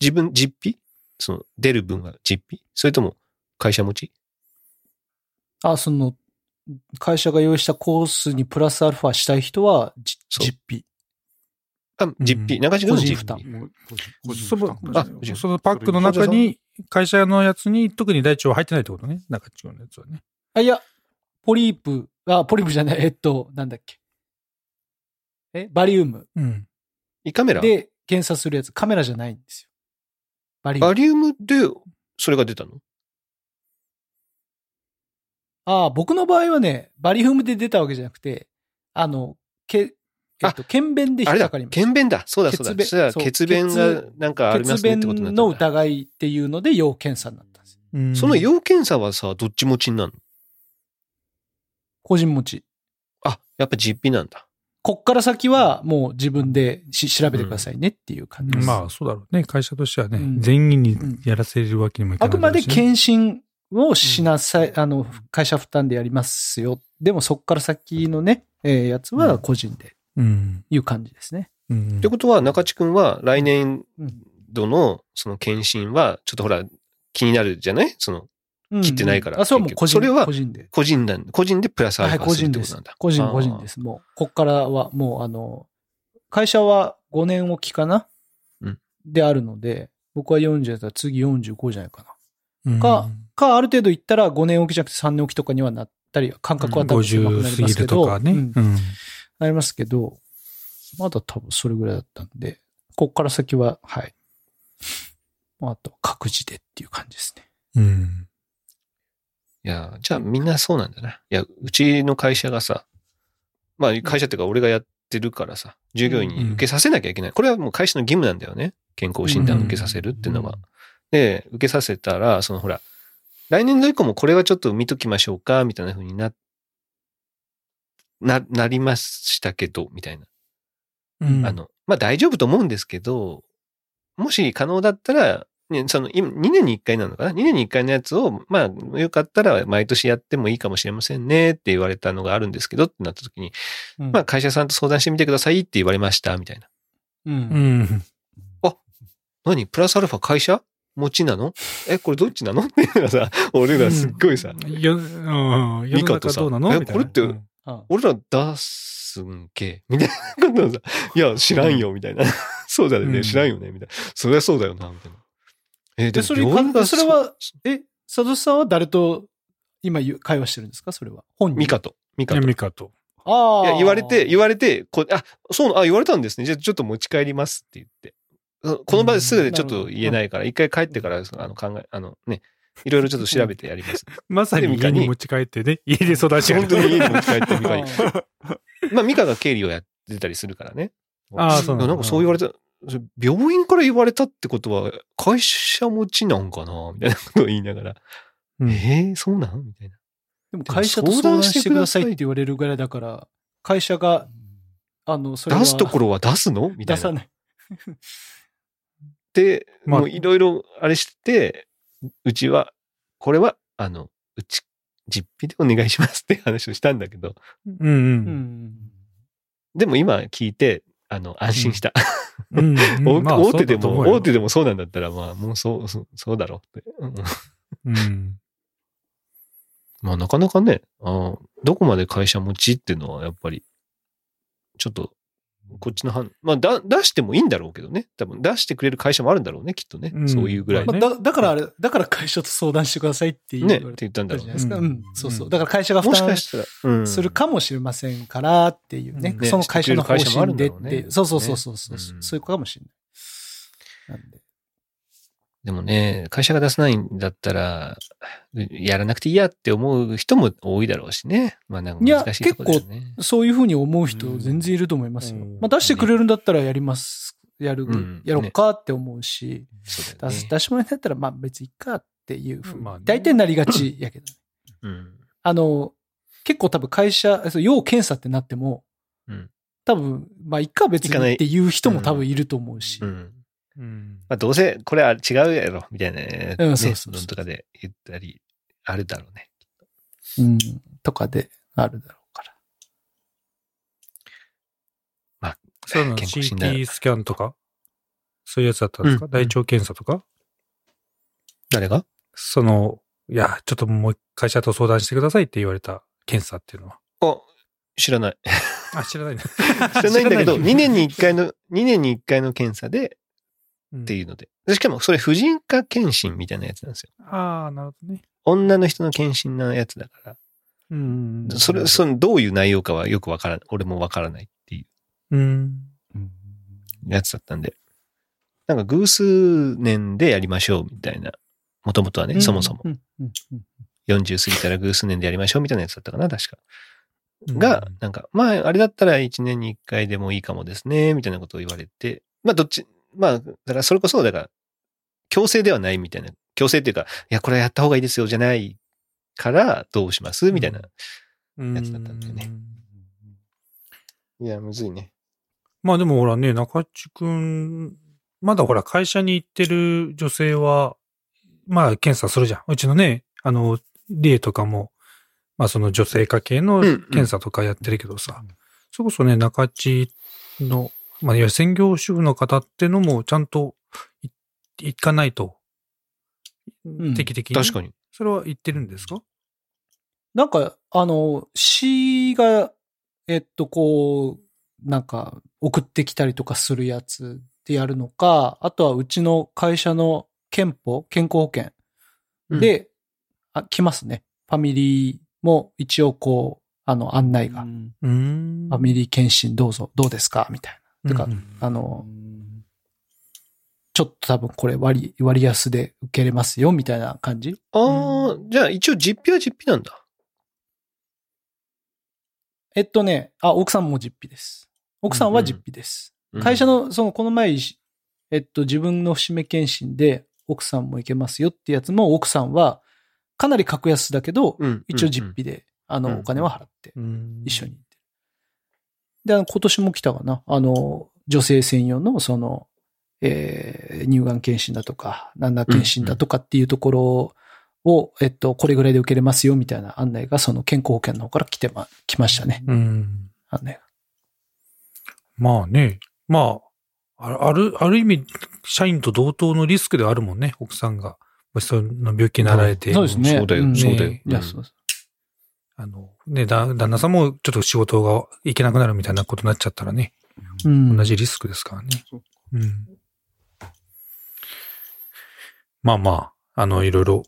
[SPEAKER 1] 自分、実費その、出る分は実費それとも、会社持ち
[SPEAKER 3] あ、その、会社が用意したコースにプラスアルファしたい人は、じ
[SPEAKER 1] そう
[SPEAKER 3] 実費。
[SPEAKER 1] あ、実費。
[SPEAKER 2] うん
[SPEAKER 1] 中地君の実
[SPEAKER 3] 個人
[SPEAKER 1] 費
[SPEAKER 3] 負。
[SPEAKER 4] もう個人個人
[SPEAKER 2] そ
[SPEAKER 4] 負担
[SPEAKER 2] の
[SPEAKER 1] あ
[SPEAKER 2] あそのパックの中に、会社のやつに特に大腸は入ってないってことね。中中のやつはね。
[SPEAKER 3] あ、いや、ポリープ、あ、ポリープじゃない、え っと、なんだっけ。え、バリウム
[SPEAKER 2] うん。
[SPEAKER 1] 胃カメラ
[SPEAKER 3] で検査するやつ、カメラじゃないんですよ。バリウ
[SPEAKER 1] バ
[SPEAKER 3] ム。
[SPEAKER 1] リウムで、それが出たの
[SPEAKER 3] あ、僕の場合はね、バリウムで出たわけじゃなくて、あの、け、えっと、検便で引
[SPEAKER 1] あ
[SPEAKER 3] っ
[SPEAKER 1] れ
[SPEAKER 3] か
[SPEAKER 1] だ、
[SPEAKER 3] かりま
[SPEAKER 1] 検便だ。そうだ、そう
[SPEAKER 3] 血
[SPEAKER 1] だ。
[SPEAKER 3] 便
[SPEAKER 1] そしたら
[SPEAKER 3] そう
[SPEAKER 1] 血便がなんかありますすねって
[SPEAKER 3] 血
[SPEAKER 1] ことになっ
[SPEAKER 3] 便
[SPEAKER 1] た
[SPEAKER 3] の
[SPEAKER 1] んだ。
[SPEAKER 3] 疑いっていうので、要検査になったんですよ。
[SPEAKER 2] うん
[SPEAKER 1] その要検査はさ、どっち持ちになるの
[SPEAKER 3] 個人持ち。
[SPEAKER 1] あ、やっぱ実費なんだ。
[SPEAKER 3] こっから先はもう自分でし調べてくださいねっていう感じです。
[SPEAKER 2] まあ、そうだろうね。会社としてはね、
[SPEAKER 3] うん
[SPEAKER 2] 全員にやらせるわけにもいか
[SPEAKER 3] あ
[SPEAKER 2] ないだろ
[SPEAKER 3] くま
[SPEAKER 2] うしね、
[SPEAKER 3] で検診をしなさい、あの、会社負担でやりますよ。でもそっから先のね、えーやつは個人で、
[SPEAKER 2] うん。
[SPEAKER 3] いう感じですね。
[SPEAKER 2] うん。
[SPEAKER 1] ってことは、中地君は来年
[SPEAKER 3] うん
[SPEAKER 1] 度のその検診は、ちょっとほら、気になるじゃないその、切ってないから
[SPEAKER 3] うんあ、それはもう個
[SPEAKER 1] 結局
[SPEAKER 3] 人
[SPEAKER 1] それは
[SPEAKER 3] 個人で。
[SPEAKER 1] 個人なん個人でプラスアル
[SPEAKER 3] は
[SPEAKER 1] フ
[SPEAKER 3] い、
[SPEAKER 1] ァ
[SPEAKER 3] 個
[SPEAKER 1] するっ
[SPEAKER 3] 人
[SPEAKER 1] て
[SPEAKER 3] で
[SPEAKER 1] ことな
[SPEAKER 3] す
[SPEAKER 1] んだ。。。
[SPEAKER 3] 個人、個人ですす。もう、こっからはもう、あの、会社は5年おきかな
[SPEAKER 1] うん
[SPEAKER 3] であるので、僕は40だったら次45じゃないかな。
[SPEAKER 2] うん
[SPEAKER 3] かか、ある程度行ったら5年おきじゃなくて3年おきとかにはなったり、感覚は多分狭く
[SPEAKER 2] 50
[SPEAKER 3] なり
[SPEAKER 2] 過
[SPEAKER 3] ま
[SPEAKER 2] ぎ
[SPEAKER 3] すけ
[SPEAKER 2] る
[SPEAKER 3] ど、
[SPEAKER 2] とかね。
[SPEAKER 3] うん
[SPEAKER 2] うん
[SPEAKER 3] なりますけど、まだ多分それぐらいだったんで、こっから先は、はい。あと、各自でっていう感じですね。
[SPEAKER 2] うん。
[SPEAKER 1] いや、じゃあみんなそうなんだな。いや、うちの会社がさ、まあ会社っていうか俺がやってるからさ、従業員に受けさせなきゃいけない。これはもう会社の義務なんだよね。健康診断を受けさせるっていうのは。で、受けさせたら、そのほら、来年度以降もこれはちょっと見ときましょうか、みたいな風にな、な、なりましたけど、みたいな。
[SPEAKER 2] うん。
[SPEAKER 1] あの、まあ大丈夫と思うんですけど、もし可能だったら、ね、その、今、2年に1回なのかな ?2 年に1回のやつを、まあ、よかったら毎年やってもいいかもしれませんねって言われたのがあるんですけどってなった時に、
[SPEAKER 3] うん
[SPEAKER 1] まあ、会社さんと相談してみてくださいって言われました、みたいな。
[SPEAKER 3] う。
[SPEAKER 2] うんん。
[SPEAKER 1] 何プラスアルファ会社持ちなのえ、これどっちなのっていうのがさ、俺らすっごいさ、
[SPEAKER 2] よ、うん。世
[SPEAKER 1] ミ
[SPEAKER 2] の
[SPEAKER 1] カ
[SPEAKER 2] 中
[SPEAKER 1] とさ
[SPEAKER 2] どうなの
[SPEAKER 1] え
[SPEAKER 2] みたい
[SPEAKER 1] こ
[SPEAKER 2] な
[SPEAKER 1] れって
[SPEAKER 2] うん
[SPEAKER 3] あ
[SPEAKER 1] 俺ら出すんけみたいなことをさ、いや、知らんよ、みたいな。そうだよね、
[SPEAKER 2] うん
[SPEAKER 1] 知らんよね、みたいな。そりゃそうだよな、みたいな。えー
[SPEAKER 3] で、それに
[SPEAKER 1] 病院が
[SPEAKER 3] か、それは、え、佐藤さんは誰と今言う会話してるんですかそれは。本人。
[SPEAKER 1] ミカと。ミカ
[SPEAKER 2] いや
[SPEAKER 1] と。
[SPEAKER 2] ミカと。
[SPEAKER 3] あ
[SPEAKER 1] い
[SPEAKER 3] あ。
[SPEAKER 1] や、言われて、言われて、こあ、そうな、あ、言われたんですね。じゃあちょっと持ち帰りますって言って。そこの場ですぐでちょっと言えないから、一回帰ってから、あの、考え、あのね、いろいろちょっと調べてやり ます。
[SPEAKER 2] まさに家に持ち帰ってね、家で育ち上
[SPEAKER 1] 本
[SPEAKER 2] げ
[SPEAKER 1] 当
[SPEAKER 2] て。
[SPEAKER 1] に家に持ち帰って、ミカ
[SPEAKER 3] あ
[SPEAKER 1] に。
[SPEAKER 3] ー
[SPEAKER 1] まあ、ミカが経理をやってたりするからね。
[SPEAKER 2] ああそうなんだ
[SPEAKER 1] いやなんかそう言われた、それ病院から言われたってことは、会社持ちなんかなみたいなことを言いながら。
[SPEAKER 2] うん
[SPEAKER 1] えー、そうなんみたいな。
[SPEAKER 3] でも会社と相談してくださいって言われるぐらいだから、会社が、あの、それは
[SPEAKER 1] 出すところは出す のみたい
[SPEAKER 3] 出
[SPEAKER 1] な。
[SPEAKER 3] さない。
[SPEAKER 1] で、
[SPEAKER 2] まあ
[SPEAKER 1] もういろいろあれして、うちは、これは、あの、うち、実費でお願いしますって話をしたんだけど、
[SPEAKER 2] うん
[SPEAKER 3] う
[SPEAKER 2] うん。
[SPEAKER 3] ん。
[SPEAKER 1] でも今聞いて、あの、安心した。
[SPEAKER 2] うんうん
[SPEAKER 1] 大
[SPEAKER 2] まあ
[SPEAKER 1] 大手で
[SPEAKER 2] そうだと
[SPEAKER 1] も、
[SPEAKER 2] 思うよ
[SPEAKER 1] 大手でもそうなんだったら、まあ、もうそう、そうそうだろうって。うん
[SPEAKER 2] うん。
[SPEAKER 1] まあ、なかなかね、ああどこまで会社持ちっていうのは、やっぱり、ちょっと、こっちの反、まあだ、出してもいいんだろうけどね。多分、出してくれる会社もあるんだろうね、きっとね。
[SPEAKER 2] うん
[SPEAKER 1] そういうぐらい
[SPEAKER 3] ま
[SPEAKER 1] ね。
[SPEAKER 3] あ、だだからあれ、だから会社と相談してくださいって言わ
[SPEAKER 1] ね、
[SPEAKER 3] れ
[SPEAKER 1] って言
[SPEAKER 3] るじ
[SPEAKER 1] ったん
[SPEAKER 3] ゃ
[SPEAKER 1] だ
[SPEAKER 3] な
[SPEAKER 1] ろ
[SPEAKER 3] い
[SPEAKER 1] うね
[SPEAKER 3] で。すか。
[SPEAKER 2] う
[SPEAKER 3] うんん、そうそう。だから会社が負
[SPEAKER 1] もしか
[SPEAKER 3] 担
[SPEAKER 1] したら、うん
[SPEAKER 3] するかもしれませんからっていうね、
[SPEAKER 1] うんね
[SPEAKER 3] その会社の方
[SPEAKER 1] してくれる会社も
[SPEAKER 3] 針
[SPEAKER 1] あ
[SPEAKER 3] で
[SPEAKER 1] る
[SPEAKER 3] っ
[SPEAKER 1] んだろうね
[SPEAKER 3] ていう、そうそうそうそうそう、
[SPEAKER 1] うん
[SPEAKER 3] そういうことかもしれない。なんで
[SPEAKER 1] でもね、会社が出さないんだったら、やらなくていいやって思う人も多いだろうしね。まあなんか難しいとこですよね。
[SPEAKER 3] そういうふうに思う人全然いると思います
[SPEAKER 2] う
[SPEAKER 3] よ。
[SPEAKER 2] ん
[SPEAKER 3] まあ出してくれるんだったらやります。やる、
[SPEAKER 1] うん
[SPEAKER 3] やろっかって思うし、
[SPEAKER 1] そうだ
[SPEAKER 3] 出
[SPEAKER 1] よ
[SPEAKER 3] す
[SPEAKER 1] ね。
[SPEAKER 3] 出し物になったらまあ別にいっかっていうふうに、
[SPEAKER 2] まあね
[SPEAKER 3] 大体なりがちやけどね、
[SPEAKER 1] うん。
[SPEAKER 3] あの、結構多分会社、そう要検査ってなっても、
[SPEAKER 1] うん
[SPEAKER 3] 多分、まあいっか別
[SPEAKER 1] いかな
[SPEAKER 3] に
[SPEAKER 1] い
[SPEAKER 3] っていう人も多分いると思うし、
[SPEAKER 1] うん。
[SPEAKER 2] うん
[SPEAKER 1] まあどうせこれは違うやろ、みたいなね。
[SPEAKER 3] うん
[SPEAKER 1] ね
[SPEAKER 3] そうそうそう
[SPEAKER 1] 論とかで言ったり、あるだろうね。
[SPEAKER 3] うん、とかであるだろうから。
[SPEAKER 2] そういうの
[SPEAKER 1] 健康診断
[SPEAKER 2] CT スキャンとか、そういうやつだったんですか、
[SPEAKER 1] うん
[SPEAKER 2] 大腸検査とか
[SPEAKER 1] 誰が
[SPEAKER 2] その、いや、ちょっともう会社と相談してくださいって言われた検査っていうのは。
[SPEAKER 1] あ、知らない。
[SPEAKER 2] あ、知らないね。
[SPEAKER 1] 知らないんだけど、
[SPEAKER 2] 知ら
[SPEAKER 1] 2年に1回の、2年に1回の検査で
[SPEAKER 2] うん
[SPEAKER 1] っていうので。しかもそれ婦人科検診みたいなやつなんですよ。
[SPEAKER 2] ああ、なるほどね。
[SPEAKER 1] 女の人の検診のやつだから。
[SPEAKER 2] うん。
[SPEAKER 1] それ、その、どういう内容かはよくわからない。俺もわからないっていう
[SPEAKER 2] うん。
[SPEAKER 4] うん
[SPEAKER 1] やつだったんで。なんか偶数年でやりましょうみたいな。もともとはね、そもそも。
[SPEAKER 3] うん。うんうん
[SPEAKER 1] 40過ぎたら偶数年でやりましょうみたいなやつだったかな、確か。
[SPEAKER 2] うん
[SPEAKER 1] が、なんか、まあ、あれだったら1年に1回でもいいかもですね、みたいなことを言われて。まあ、どっち、まあ、だからそれこそ、だから、強制ではないみたいな。強制っていうか、いや、これはやった方がいいですよ、じゃないから、どうしますみたいな。やつだったんだよね
[SPEAKER 2] う
[SPEAKER 1] いや、むずいね。
[SPEAKER 2] まあでもほらね、中地くん、まだほら会社に行ってる女性は、まあ検査するじゃん。うちのね、あの、リエとかも、まあその女性科系の
[SPEAKER 1] うんうん
[SPEAKER 2] 検査とかやってるけどさ、それこそね、中地の、まあいや専業主婦の方ってのもちゃんとい行かないと、
[SPEAKER 3] ん
[SPEAKER 2] 定期的に。
[SPEAKER 1] 確かに。
[SPEAKER 2] それは行ってるんですか
[SPEAKER 3] なんか、あの、詩が、えっと、こう、なんか、送ってきたりとかするやつでやるのか、あとはうちの会社の憲法、健康保険で、あ、来ますね。ファミリーも一応こう、あの、案内が、
[SPEAKER 2] うーん。
[SPEAKER 3] ファミリー検診どうぞ、どうですかみたいな。てか
[SPEAKER 2] うんうん
[SPEAKER 3] あの、ちょっと多分これ割、割安で受けれますよ、みたいな感じ
[SPEAKER 1] ああ、じゃあ一応実費は実費なんだ。
[SPEAKER 3] えっとね、あ、奥さんも実費です。奥さんは実費です。会社
[SPEAKER 1] の、
[SPEAKER 3] の、その、この前、えっと、自分の節目検診で、奥さんも行けますよってやつも、奥さんは、かなり格安だけど、
[SPEAKER 1] うん
[SPEAKER 3] 一応実費で、あ
[SPEAKER 1] うんう
[SPEAKER 3] の、
[SPEAKER 1] ん
[SPEAKER 3] お金は払って、
[SPEAKER 2] うん
[SPEAKER 3] 一緒に行って。で、あの今年も来たかな。あの、女性専用の、その、えー乳がん検診だとか、なんだ検診だとかっていうところを、えっと、これぐらいで受けれますよみたいな案内が、その健康保険の方から来てま、来ましたね。
[SPEAKER 2] うん。
[SPEAKER 3] 案内が。
[SPEAKER 2] まあね、まあ、あある、ある意味、社員と同等のリスクではあるもんね、奥さんが。もしその病気になられて、
[SPEAKER 3] そうですね。
[SPEAKER 1] そうだよ
[SPEAKER 3] ん
[SPEAKER 2] そうだよ
[SPEAKER 3] いや、そうです。
[SPEAKER 2] あの、ね、だ旦那さんもちょっと仕事が行けなくなるみたいなことになっちゃったらね、
[SPEAKER 3] うん
[SPEAKER 2] 同じリスクですからね
[SPEAKER 4] そう。
[SPEAKER 2] うん。まあまあ、あの、いろいろ、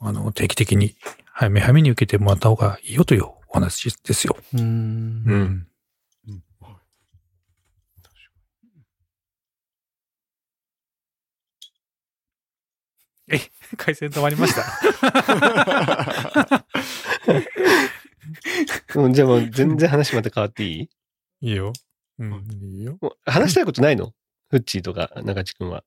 [SPEAKER 2] あの、定期的に、早め早めに受けてもらった方がいいよというお話ですよ。
[SPEAKER 3] うー。
[SPEAKER 2] うんん。
[SPEAKER 4] うんはい
[SPEAKER 2] 回線止まりました。
[SPEAKER 1] うん、じゃあもう全然話また変わっていい
[SPEAKER 2] いいよ。うん、いいよ。
[SPEAKER 1] もう話したいことないのフッチーとか中地君は。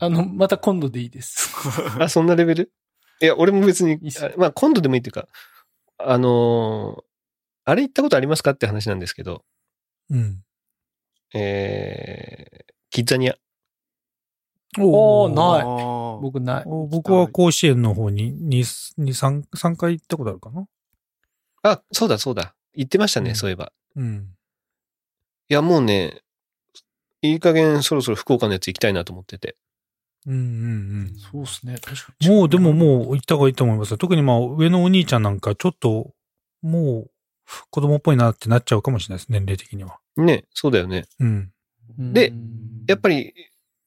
[SPEAKER 3] あの、また今度でいいです。
[SPEAKER 1] あ、そんなレベルいや、俺も別に
[SPEAKER 3] いっ、す
[SPEAKER 1] あまあ今度でもいいっていうか、あのーあれ行ったことありますかって話なんですけど、
[SPEAKER 2] うん。
[SPEAKER 1] えー、キッザニア。
[SPEAKER 3] おー
[SPEAKER 2] ー
[SPEAKER 3] ない
[SPEAKER 4] あ
[SPEAKER 3] 僕ない。
[SPEAKER 2] お僕は甲子園の方に2、2 3、3回行ったことあるかな。
[SPEAKER 1] あ、そうだそうだ。行ってましたね、
[SPEAKER 2] うん
[SPEAKER 1] そういえば。
[SPEAKER 2] うん。
[SPEAKER 1] いや、もうね、いい加減そろそろ福岡のやつ行きたいなと思ってて。
[SPEAKER 2] うんうん
[SPEAKER 3] そうですね。確か
[SPEAKER 2] うん。もうでももう行った方がいいと思いますよ。特にまあ上のお兄ちゃんなんかちょっともう子供っぽいなってなっちゃうかもしれないです。年齢的には。
[SPEAKER 1] ね、そうだよね。
[SPEAKER 2] うん。
[SPEAKER 3] に。
[SPEAKER 1] で
[SPEAKER 3] うん
[SPEAKER 1] やっぱり、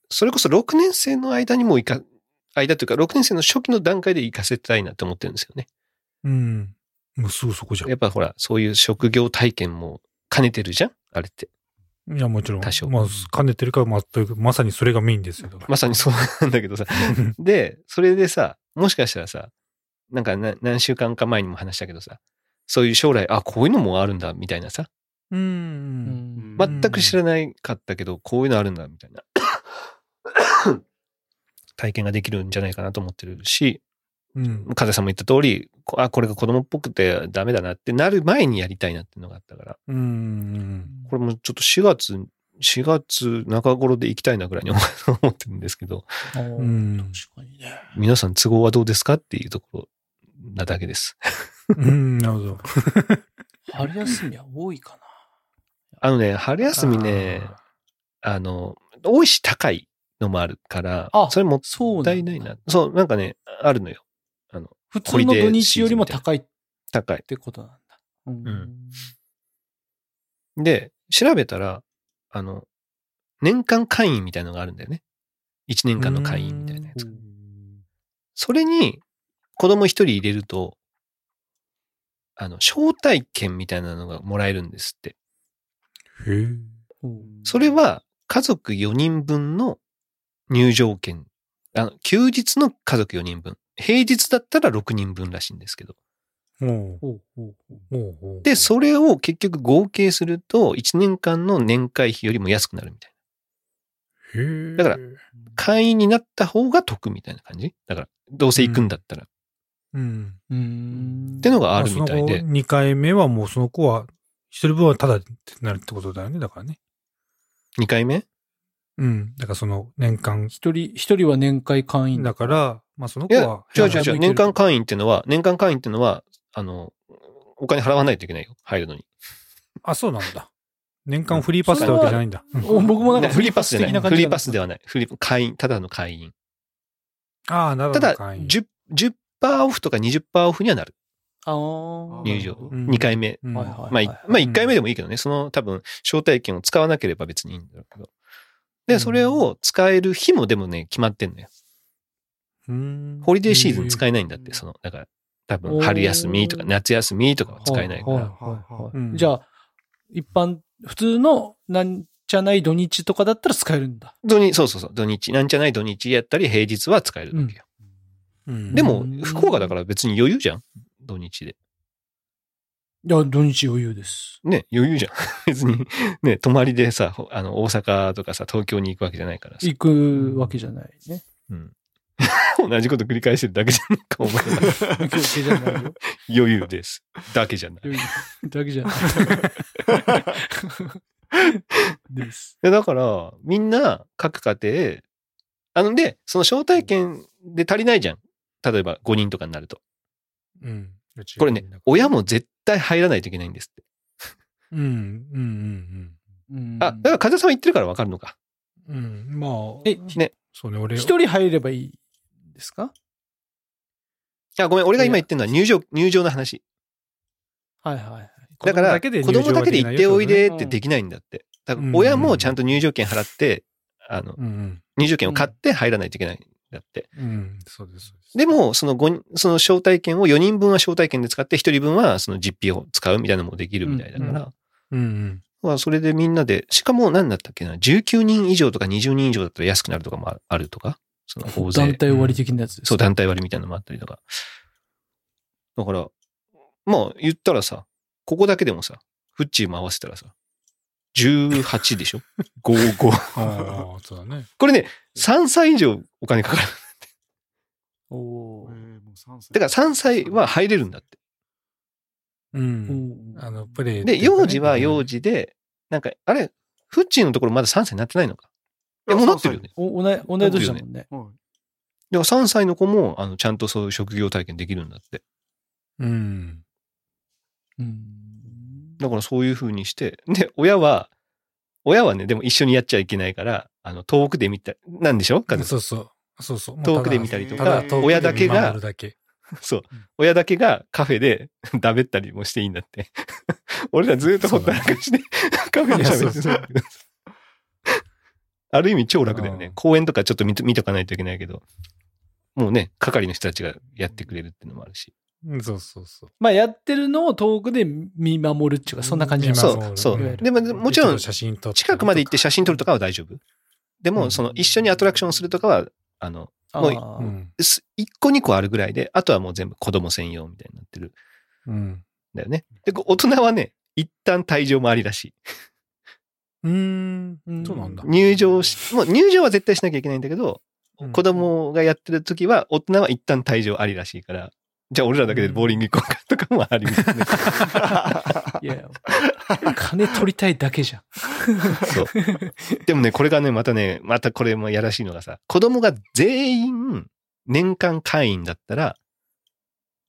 [SPEAKER 1] それこそ6年生の間にも行か、間というか、6年生の初期の段階で行かせたいなと思ってるんですよね。
[SPEAKER 2] うん。もうすぐそこじゃん。
[SPEAKER 1] やっぱほら、そういう職業体験も兼ねてるじゃんあれって。
[SPEAKER 2] いや、もちろん。
[SPEAKER 1] 多少
[SPEAKER 2] まあ、兼ねてるから、まあ、というかまさにそれがメインですよ。だから
[SPEAKER 1] まさにそうなんだけどさ。で、それでさ、もしかしたらさ、なんかな何週間か前にも話したけどさ、そういう将来、あ、こういうのもあるんだ、みたいなさ。
[SPEAKER 2] う。
[SPEAKER 3] うんん
[SPEAKER 4] ま
[SPEAKER 1] 全く知らないかったけど、こういうのあるんだ、み たいな。体験ができるんじゃないかなと思ってるし、
[SPEAKER 2] うん。
[SPEAKER 1] 風さんも言った通り、こあ、これが子供っぽくてダメだなってなる前にやりたいなっていうのがあったから、
[SPEAKER 2] うん。
[SPEAKER 1] これもちょっと4月、4月中頃で行きたいなぐらいに思思ってるんですけど、
[SPEAKER 3] あー
[SPEAKER 2] うん
[SPEAKER 3] 確かにね。
[SPEAKER 1] 皆さん都合はどうですかっていうところなだけです。
[SPEAKER 2] うん。なるほど。
[SPEAKER 3] 春休みは多いか
[SPEAKER 1] あのね、春休みね、あの、多いし高いのもあるから、
[SPEAKER 3] あ
[SPEAKER 1] それもっ
[SPEAKER 3] そうなんだ
[SPEAKER 1] たいないな。そう、なんかね、あるのよ。あの、
[SPEAKER 3] 普通の土日よりも高いっ
[SPEAKER 1] 高い。
[SPEAKER 3] てことなんだ。うん
[SPEAKER 1] うんで、調べたら、あの、年間会員みたいなのがあるんだよね。1年間の会員みたいなやつ。それに、子供一人入れると、あの、招待券みたいなのがもらえるんですって。
[SPEAKER 2] へえ。
[SPEAKER 3] うん
[SPEAKER 1] それは、家族4人分の入場券。あの、休日の家族4人分。平日だったら6人分らしいんですけど。
[SPEAKER 2] おう
[SPEAKER 3] ほうほうほう
[SPEAKER 2] おうおう
[SPEAKER 1] で、それを結局合計すると、1年間の年会費よりも安くなるみたいな。
[SPEAKER 2] へえ。
[SPEAKER 1] だから、会員になった方が得みたいな感じだから、どうせ行くんだったら。
[SPEAKER 2] うん。
[SPEAKER 3] うーん。
[SPEAKER 1] ってのがあ
[SPEAKER 2] あ
[SPEAKER 1] るみたいで。
[SPEAKER 2] 2回目はもうその子は、一人分はただってなるってことだよね。だからね。
[SPEAKER 1] 2回目
[SPEAKER 2] うん。だからその年間。
[SPEAKER 3] 一人、一人は年会会員
[SPEAKER 2] だ
[SPEAKER 3] だ。
[SPEAKER 2] から、まあその
[SPEAKER 1] い
[SPEAKER 2] 子
[SPEAKER 1] や
[SPEAKER 2] は。、
[SPEAKER 1] 違う違う違う。年間
[SPEAKER 2] 員。
[SPEAKER 1] 会員ってのは、年間会員ってのは、あの、お金払わないといけないよ。入るのに。
[SPEAKER 2] あ、そうなんだ。年間フリーパスってわけじゃないんだ。うん
[SPEAKER 3] お僕もなんか
[SPEAKER 1] フリーパスじゃ
[SPEAKER 3] 的
[SPEAKER 1] な。
[SPEAKER 3] ない感
[SPEAKER 1] フ
[SPEAKER 3] じ
[SPEAKER 1] リ
[SPEAKER 3] か
[SPEAKER 1] ー
[SPEAKER 3] な
[SPEAKER 1] パスではない。フリー、会員、ただの会員。
[SPEAKER 2] ああ、なる
[SPEAKER 1] た
[SPEAKER 2] ほど。
[SPEAKER 1] だ、
[SPEAKER 2] 会員
[SPEAKER 1] 10、10%オフとか20%オフにはなる。
[SPEAKER 3] あー
[SPEAKER 1] 入場。
[SPEAKER 2] うん
[SPEAKER 1] 2回目。
[SPEAKER 2] うん
[SPEAKER 3] はいはい
[SPEAKER 1] まあ、いまあ、1回目でもいいけどね。その多分、招待券を使わなければ別にいいんだろうけど。
[SPEAKER 2] う
[SPEAKER 1] で、
[SPEAKER 2] ん
[SPEAKER 1] それを使える日もでもね、決まってんのよ。
[SPEAKER 2] うん
[SPEAKER 1] ホリデーシーズン使
[SPEAKER 2] へ
[SPEAKER 1] えないんだって、その、だから、多
[SPEAKER 3] お
[SPEAKER 1] 分、
[SPEAKER 3] ー
[SPEAKER 1] 春休みとか夏休みとかは使えないか
[SPEAKER 3] は
[SPEAKER 1] ら。
[SPEAKER 3] はいはいはい
[SPEAKER 2] うん
[SPEAKER 3] じゃあ、一般、普通のなんじゃない土日とかだったら使えるんだ。
[SPEAKER 1] 土日、そうそうそう、土日、なんじゃない土日やったり、平日は使えるわけよ。
[SPEAKER 2] うん
[SPEAKER 1] でも
[SPEAKER 3] うん、
[SPEAKER 1] 福岡だから別に余裕じゃん土日で。
[SPEAKER 3] いや、土日余裕です。
[SPEAKER 1] ね、余裕じゃん。 別に、ね、泊まりでさ、ほあの、大阪とかさ、東京に行くわけじゃないからさ。
[SPEAKER 3] 行くわけじゃないね。
[SPEAKER 1] うん。 同じこと繰り返してるだけじゃないか、お前は。
[SPEAKER 3] 行くわけじゃないよ。
[SPEAKER 1] 余裕 です。だけじゃない。
[SPEAKER 3] 余裕だけじゃない。 です。
[SPEAKER 1] でだから、みんな、各家庭、あの、で、その招待券で足りないじゃん。例えば5人とかになると。
[SPEAKER 2] うん
[SPEAKER 1] これね、親も絶対入らないといけないんですって。
[SPEAKER 2] うん、うん、
[SPEAKER 3] うん
[SPEAKER 1] あ、だから風さんは言ってるからわかるのか。
[SPEAKER 2] うん、うん。うん、まあ、
[SPEAKER 3] え、
[SPEAKER 1] ね。
[SPEAKER 2] そうね、俺、
[SPEAKER 3] 一人入ればいいですか
[SPEAKER 1] あ、ごめん、俺が今言ってるのは入場、入場の話。
[SPEAKER 3] はいはい。
[SPEAKER 1] だから、子供だけで行っておいでってで
[SPEAKER 2] き
[SPEAKER 1] きないんだって。だから
[SPEAKER 2] うん
[SPEAKER 1] 親もちゃんと入場券払って、あの、
[SPEAKER 2] うん、
[SPEAKER 1] 入場券を買って入らないといけないだって。
[SPEAKER 2] うん、そうです、そうです。
[SPEAKER 1] でも、その五人、その招待券を4人分は招待券で使って、1人分はその実費を使うみたいなのもできるみたいだから、
[SPEAKER 2] うんうんうん。
[SPEAKER 1] まあそれでみんなで、しかも何だったっけな、19人以上とか20人以上だったら安くなるとかもああるとか、その大勢。
[SPEAKER 3] 団体割的なやつです。
[SPEAKER 1] そう、団体割みたいなのもあったりとか。だから、まあ言ったらさ、ここだけでもさ、フッチーも合わせたらさ、18でしょ ?5、5。
[SPEAKER 2] ああ、そうだね。
[SPEAKER 1] これね、3歳以上お金かかる。
[SPEAKER 3] お
[SPEAKER 4] え
[SPEAKER 3] おー
[SPEAKER 4] ーもう3
[SPEAKER 1] だ
[SPEAKER 4] 歳
[SPEAKER 1] から3歳は入れるんだって。
[SPEAKER 2] う
[SPEAKER 3] お
[SPEAKER 2] ん。
[SPEAKER 3] ー
[SPEAKER 2] あの、プレイって
[SPEAKER 1] で、
[SPEAKER 2] いうかね。
[SPEAKER 1] 幼児は幼
[SPEAKER 2] 児。
[SPEAKER 1] 児で、なんか、あれ、フッチーのところまだ3歳になってないのか。いや、もうなってるよね。
[SPEAKER 3] お、同い、同い年だもんね。
[SPEAKER 4] はい
[SPEAKER 1] だから3歳の子も、あの、ちゃんとそういう職業体験できるんだって。
[SPEAKER 2] うん。
[SPEAKER 3] うん。
[SPEAKER 1] だからそういう風にして、で、親は、親はね、でも一緒にやっちゃいけないから、あの、遠くで見た、なんでしょ風そう
[SPEAKER 2] そそう。そうそう。
[SPEAKER 1] 遠くで見
[SPEAKER 4] 見
[SPEAKER 1] たりと
[SPEAKER 2] ただ
[SPEAKER 1] か
[SPEAKER 4] え、ー
[SPEAKER 2] 遠くで
[SPEAKER 1] 親だけ
[SPEAKER 2] 見守
[SPEAKER 1] が
[SPEAKER 2] る、だけ。
[SPEAKER 1] そう、親だけがカフェで だべったりもしていいんだって。 俺らずーっとほったらかして、カフェで 喋って
[SPEAKER 2] いやそうそう
[SPEAKER 1] る。ある意味超楽だよ
[SPEAKER 2] う
[SPEAKER 1] ね
[SPEAKER 2] ん。
[SPEAKER 1] 公園とかちょっと見と見とかないといけないけど、もうね、係の人たちがやってくれるっていうのもあるし。
[SPEAKER 2] うんそうそうそう。
[SPEAKER 3] まあ、やってるのを遠くで見守るっていうか、そんな感じ
[SPEAKER 2] 見
[SPEAKER 3] なんです
[SPEAKER 1] そ
[SPEAKER 2] 守
[SPEAKER 3] ね
[SPEAKER 2] る
[SPEAKER 1] う、そ
[SPEAKER 2] いわ
[SPEAKER 1] う。
[SPEAKER 2] ゆる
[SPEAKER 1] でも、もちろん、
[SPEAKER 2] 写真撮ったりとか
[SPEAKER 1] 近くまで行って写真撮るとかは大丈夫。で
[SPEAKER 2] う
[SPEAKER 1] も、
[SPEAKER 2] ん
[SPEAKER 1] その一緒にアトラクションするとかは、あの、
[SPEAKER 3] あ
[SPEAKER 1] もう
[SPEAKER 3] ー
[SPEAKER 2] うん。
[SPEAKER 1] す一個二個あるぐらいで、あとはもう全部子供専用みたいになってるん
[SPEAKER 2] うん。
[SPEAKER 1] だよね。で、こう大人はね、一旦退場もありだし、
[SPEAKER 2] うーん
[SPEAKER 3] う。ん
[SPEAKER 2] そうなんだ。
[SPEAKER 1] 入場し、もう入場は絶対しなきゃいけないんだけど、
[SPEAKER 2] うん
[SPEAKER 1] 子供がやってる時は、大人は一旦退場ありらしいから、じゃあ俺らだけでボーリング行こうかとかもありみた いな。
[SPEAKER 3] いや、金取りたいだけじゃん。
[SPEAKER 1] そう。でもね、これがね、またね、またこれもやらしいのがさ、子供が全員年間会員だったら、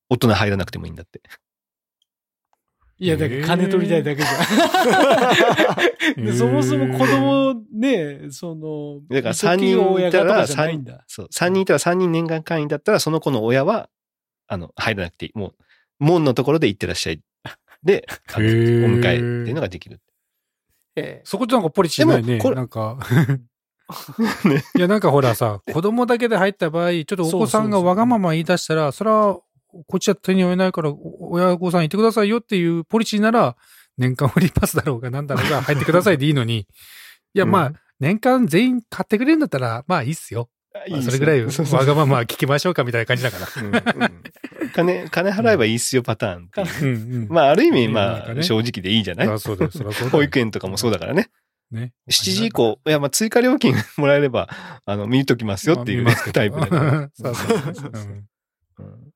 [SPEAKER 1] 大人入らなくてもいいんだって。
[SPEAKER 3] いや、だから金取りたいだけじ ゃん。でそもそも子供ね、その、
[SPEAKER 1] だから三人いたら
[SPEAKER 3] 時々親方じゃないんだ。
[SPEAKER 1] そう。3人いたら3人年間会員だったら、その子の親は、あの、入らなくていい。もう、門のところで行ってらっしゃい。で、あのお
[SPEAKER 2] へー
[SPEAKER 1] 迎えっていうのができる。
[SPEAKER 3] え
[SPEAKER 2] そこちょっとなんかポリシーない
[SPEAKER 1] で
[SPEAKER 2] ね。
[SPEAKER 1] もこれ。
[SPEAKER 2] なんか
[SPEAKER 1] ね
[SPEAKER 2] いや、なんかほらさ、子供だけで入った場合、ちょっとお子さんが
[SPEAKER 3] そうそうそう
[SPEAKER 2] わがまま言い出したら、それは、こっちは手に負えないから、お親御さんいてくださいよっていうポリシーなら、年間フリーパスだろうがなん だろうが入ってくださいでいいのに、いや、まあ、年間全員買ってくれるんだったら、まあいいっすよ。まあそれぐらい
[SPEAKER 1] そうそう
[SPEAKER 2] わがまま聞きましょうかみたいな感じ だから。
[SPEAKER 1] うんうん金、金払えばいいっすよパターンっていう。
[SPEAKER 2] うんうん。
[SPEAKER 1] まあ、ある意味、
[SPEAKER 2] なん
[SPEAKER 1] ま
[SPEAKER 2] か
[SPEAKER 1] あ、
[SPEAKER 2] ね
[SPEAKER 1] 正直でいいじゃない
[SPEAKER 2] そりゃそうだよそりゃそうだよ
[SPEAKER 1] 保育園とかもそうだからね。
[SPEAKER 2] ね。
[SPEAKER 1] 7時以降、いや、まあ、追加料金 もらえれば、あの、見ときますよっていうね、タイプだから。
[SPEAKER 2] ね。 そうそうそううん
[SPEAKER 1] うん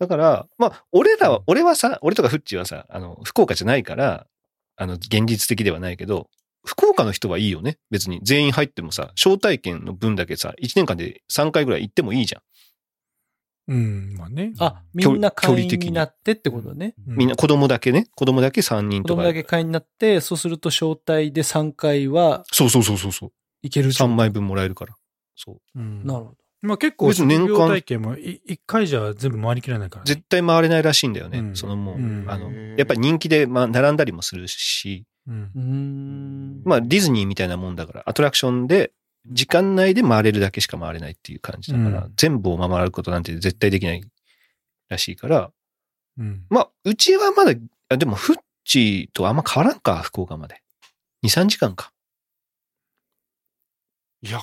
[SPEAKER 1] だから、まあ、俺らは、俺はさ、俺とかフッチーはさ、あの、福岡じゃないから、あの、現実的ではないけど、福岡の人はいいよね。別に全員入ってもさ、招待券の分だけさ、1年間で3回ぐらい行ってもいいじゃん。
[SPEAKER 2] うん、まあね。
[SPEAKER 3] あ、みんな会員
[SPEAKER 1] 距離的に
[SPEAKER 3] になってってことね。
[SPEAKER 2] う
[SPEAKER 1] みんな、、子供だけね、子供だけ3人
[SPEAKER 3] 子
[SPEAKER 1] とか
[SPEAKER 3] 供。だけ会員になって、そうすると招待で3回は
[SPEAKER 1] そうそうそうそうそう。
[SPEAKER 3] いけるじゃ
[SPEAKER 1] 3
[SPEAKER 3] ん。
[SPEAKER 1] 枚分もらえるから。そう。
[SPEAKER 2] うん
[SPEAKER 3] なるほ
[SPEAKER 2] まあ結構、
[SPEAKER 1] 別に年間
[SPEAKER 2] 職業体験もい一回じゃ全部回りきらないからね。
[SPEAKER 1] 絶対回れないらしいんだよね。
[SPEAKER 2] うん
[SPEAKER 1] そのもう、
[SPEAKER 2] うん
[SPEAKER 1] あの
[SPEAKER 4] へ、ー
[SPEAKER 1] やっぱり人気で、まあ、並んだりもするし、
[SPEAKER 2] うん
[SPEAKER 3] ど。うーん。
[SPEAKER 1] まあ、ディズニーみたいなもんだから、アトラクションで、時間内で回れるだけしか回れないっていう感じだから、
[SPEAKER 2] うん
[SPEAKER 1] 全部を回ることなんて絶対できないらしいから、
[SPEAKER 2] うん
[SPEAKER 1] まあ、うちはまだ、あでも、フッチーとあんま変わらんか、福岡まで。2、3時間か。
[SPEAKER 4] いや、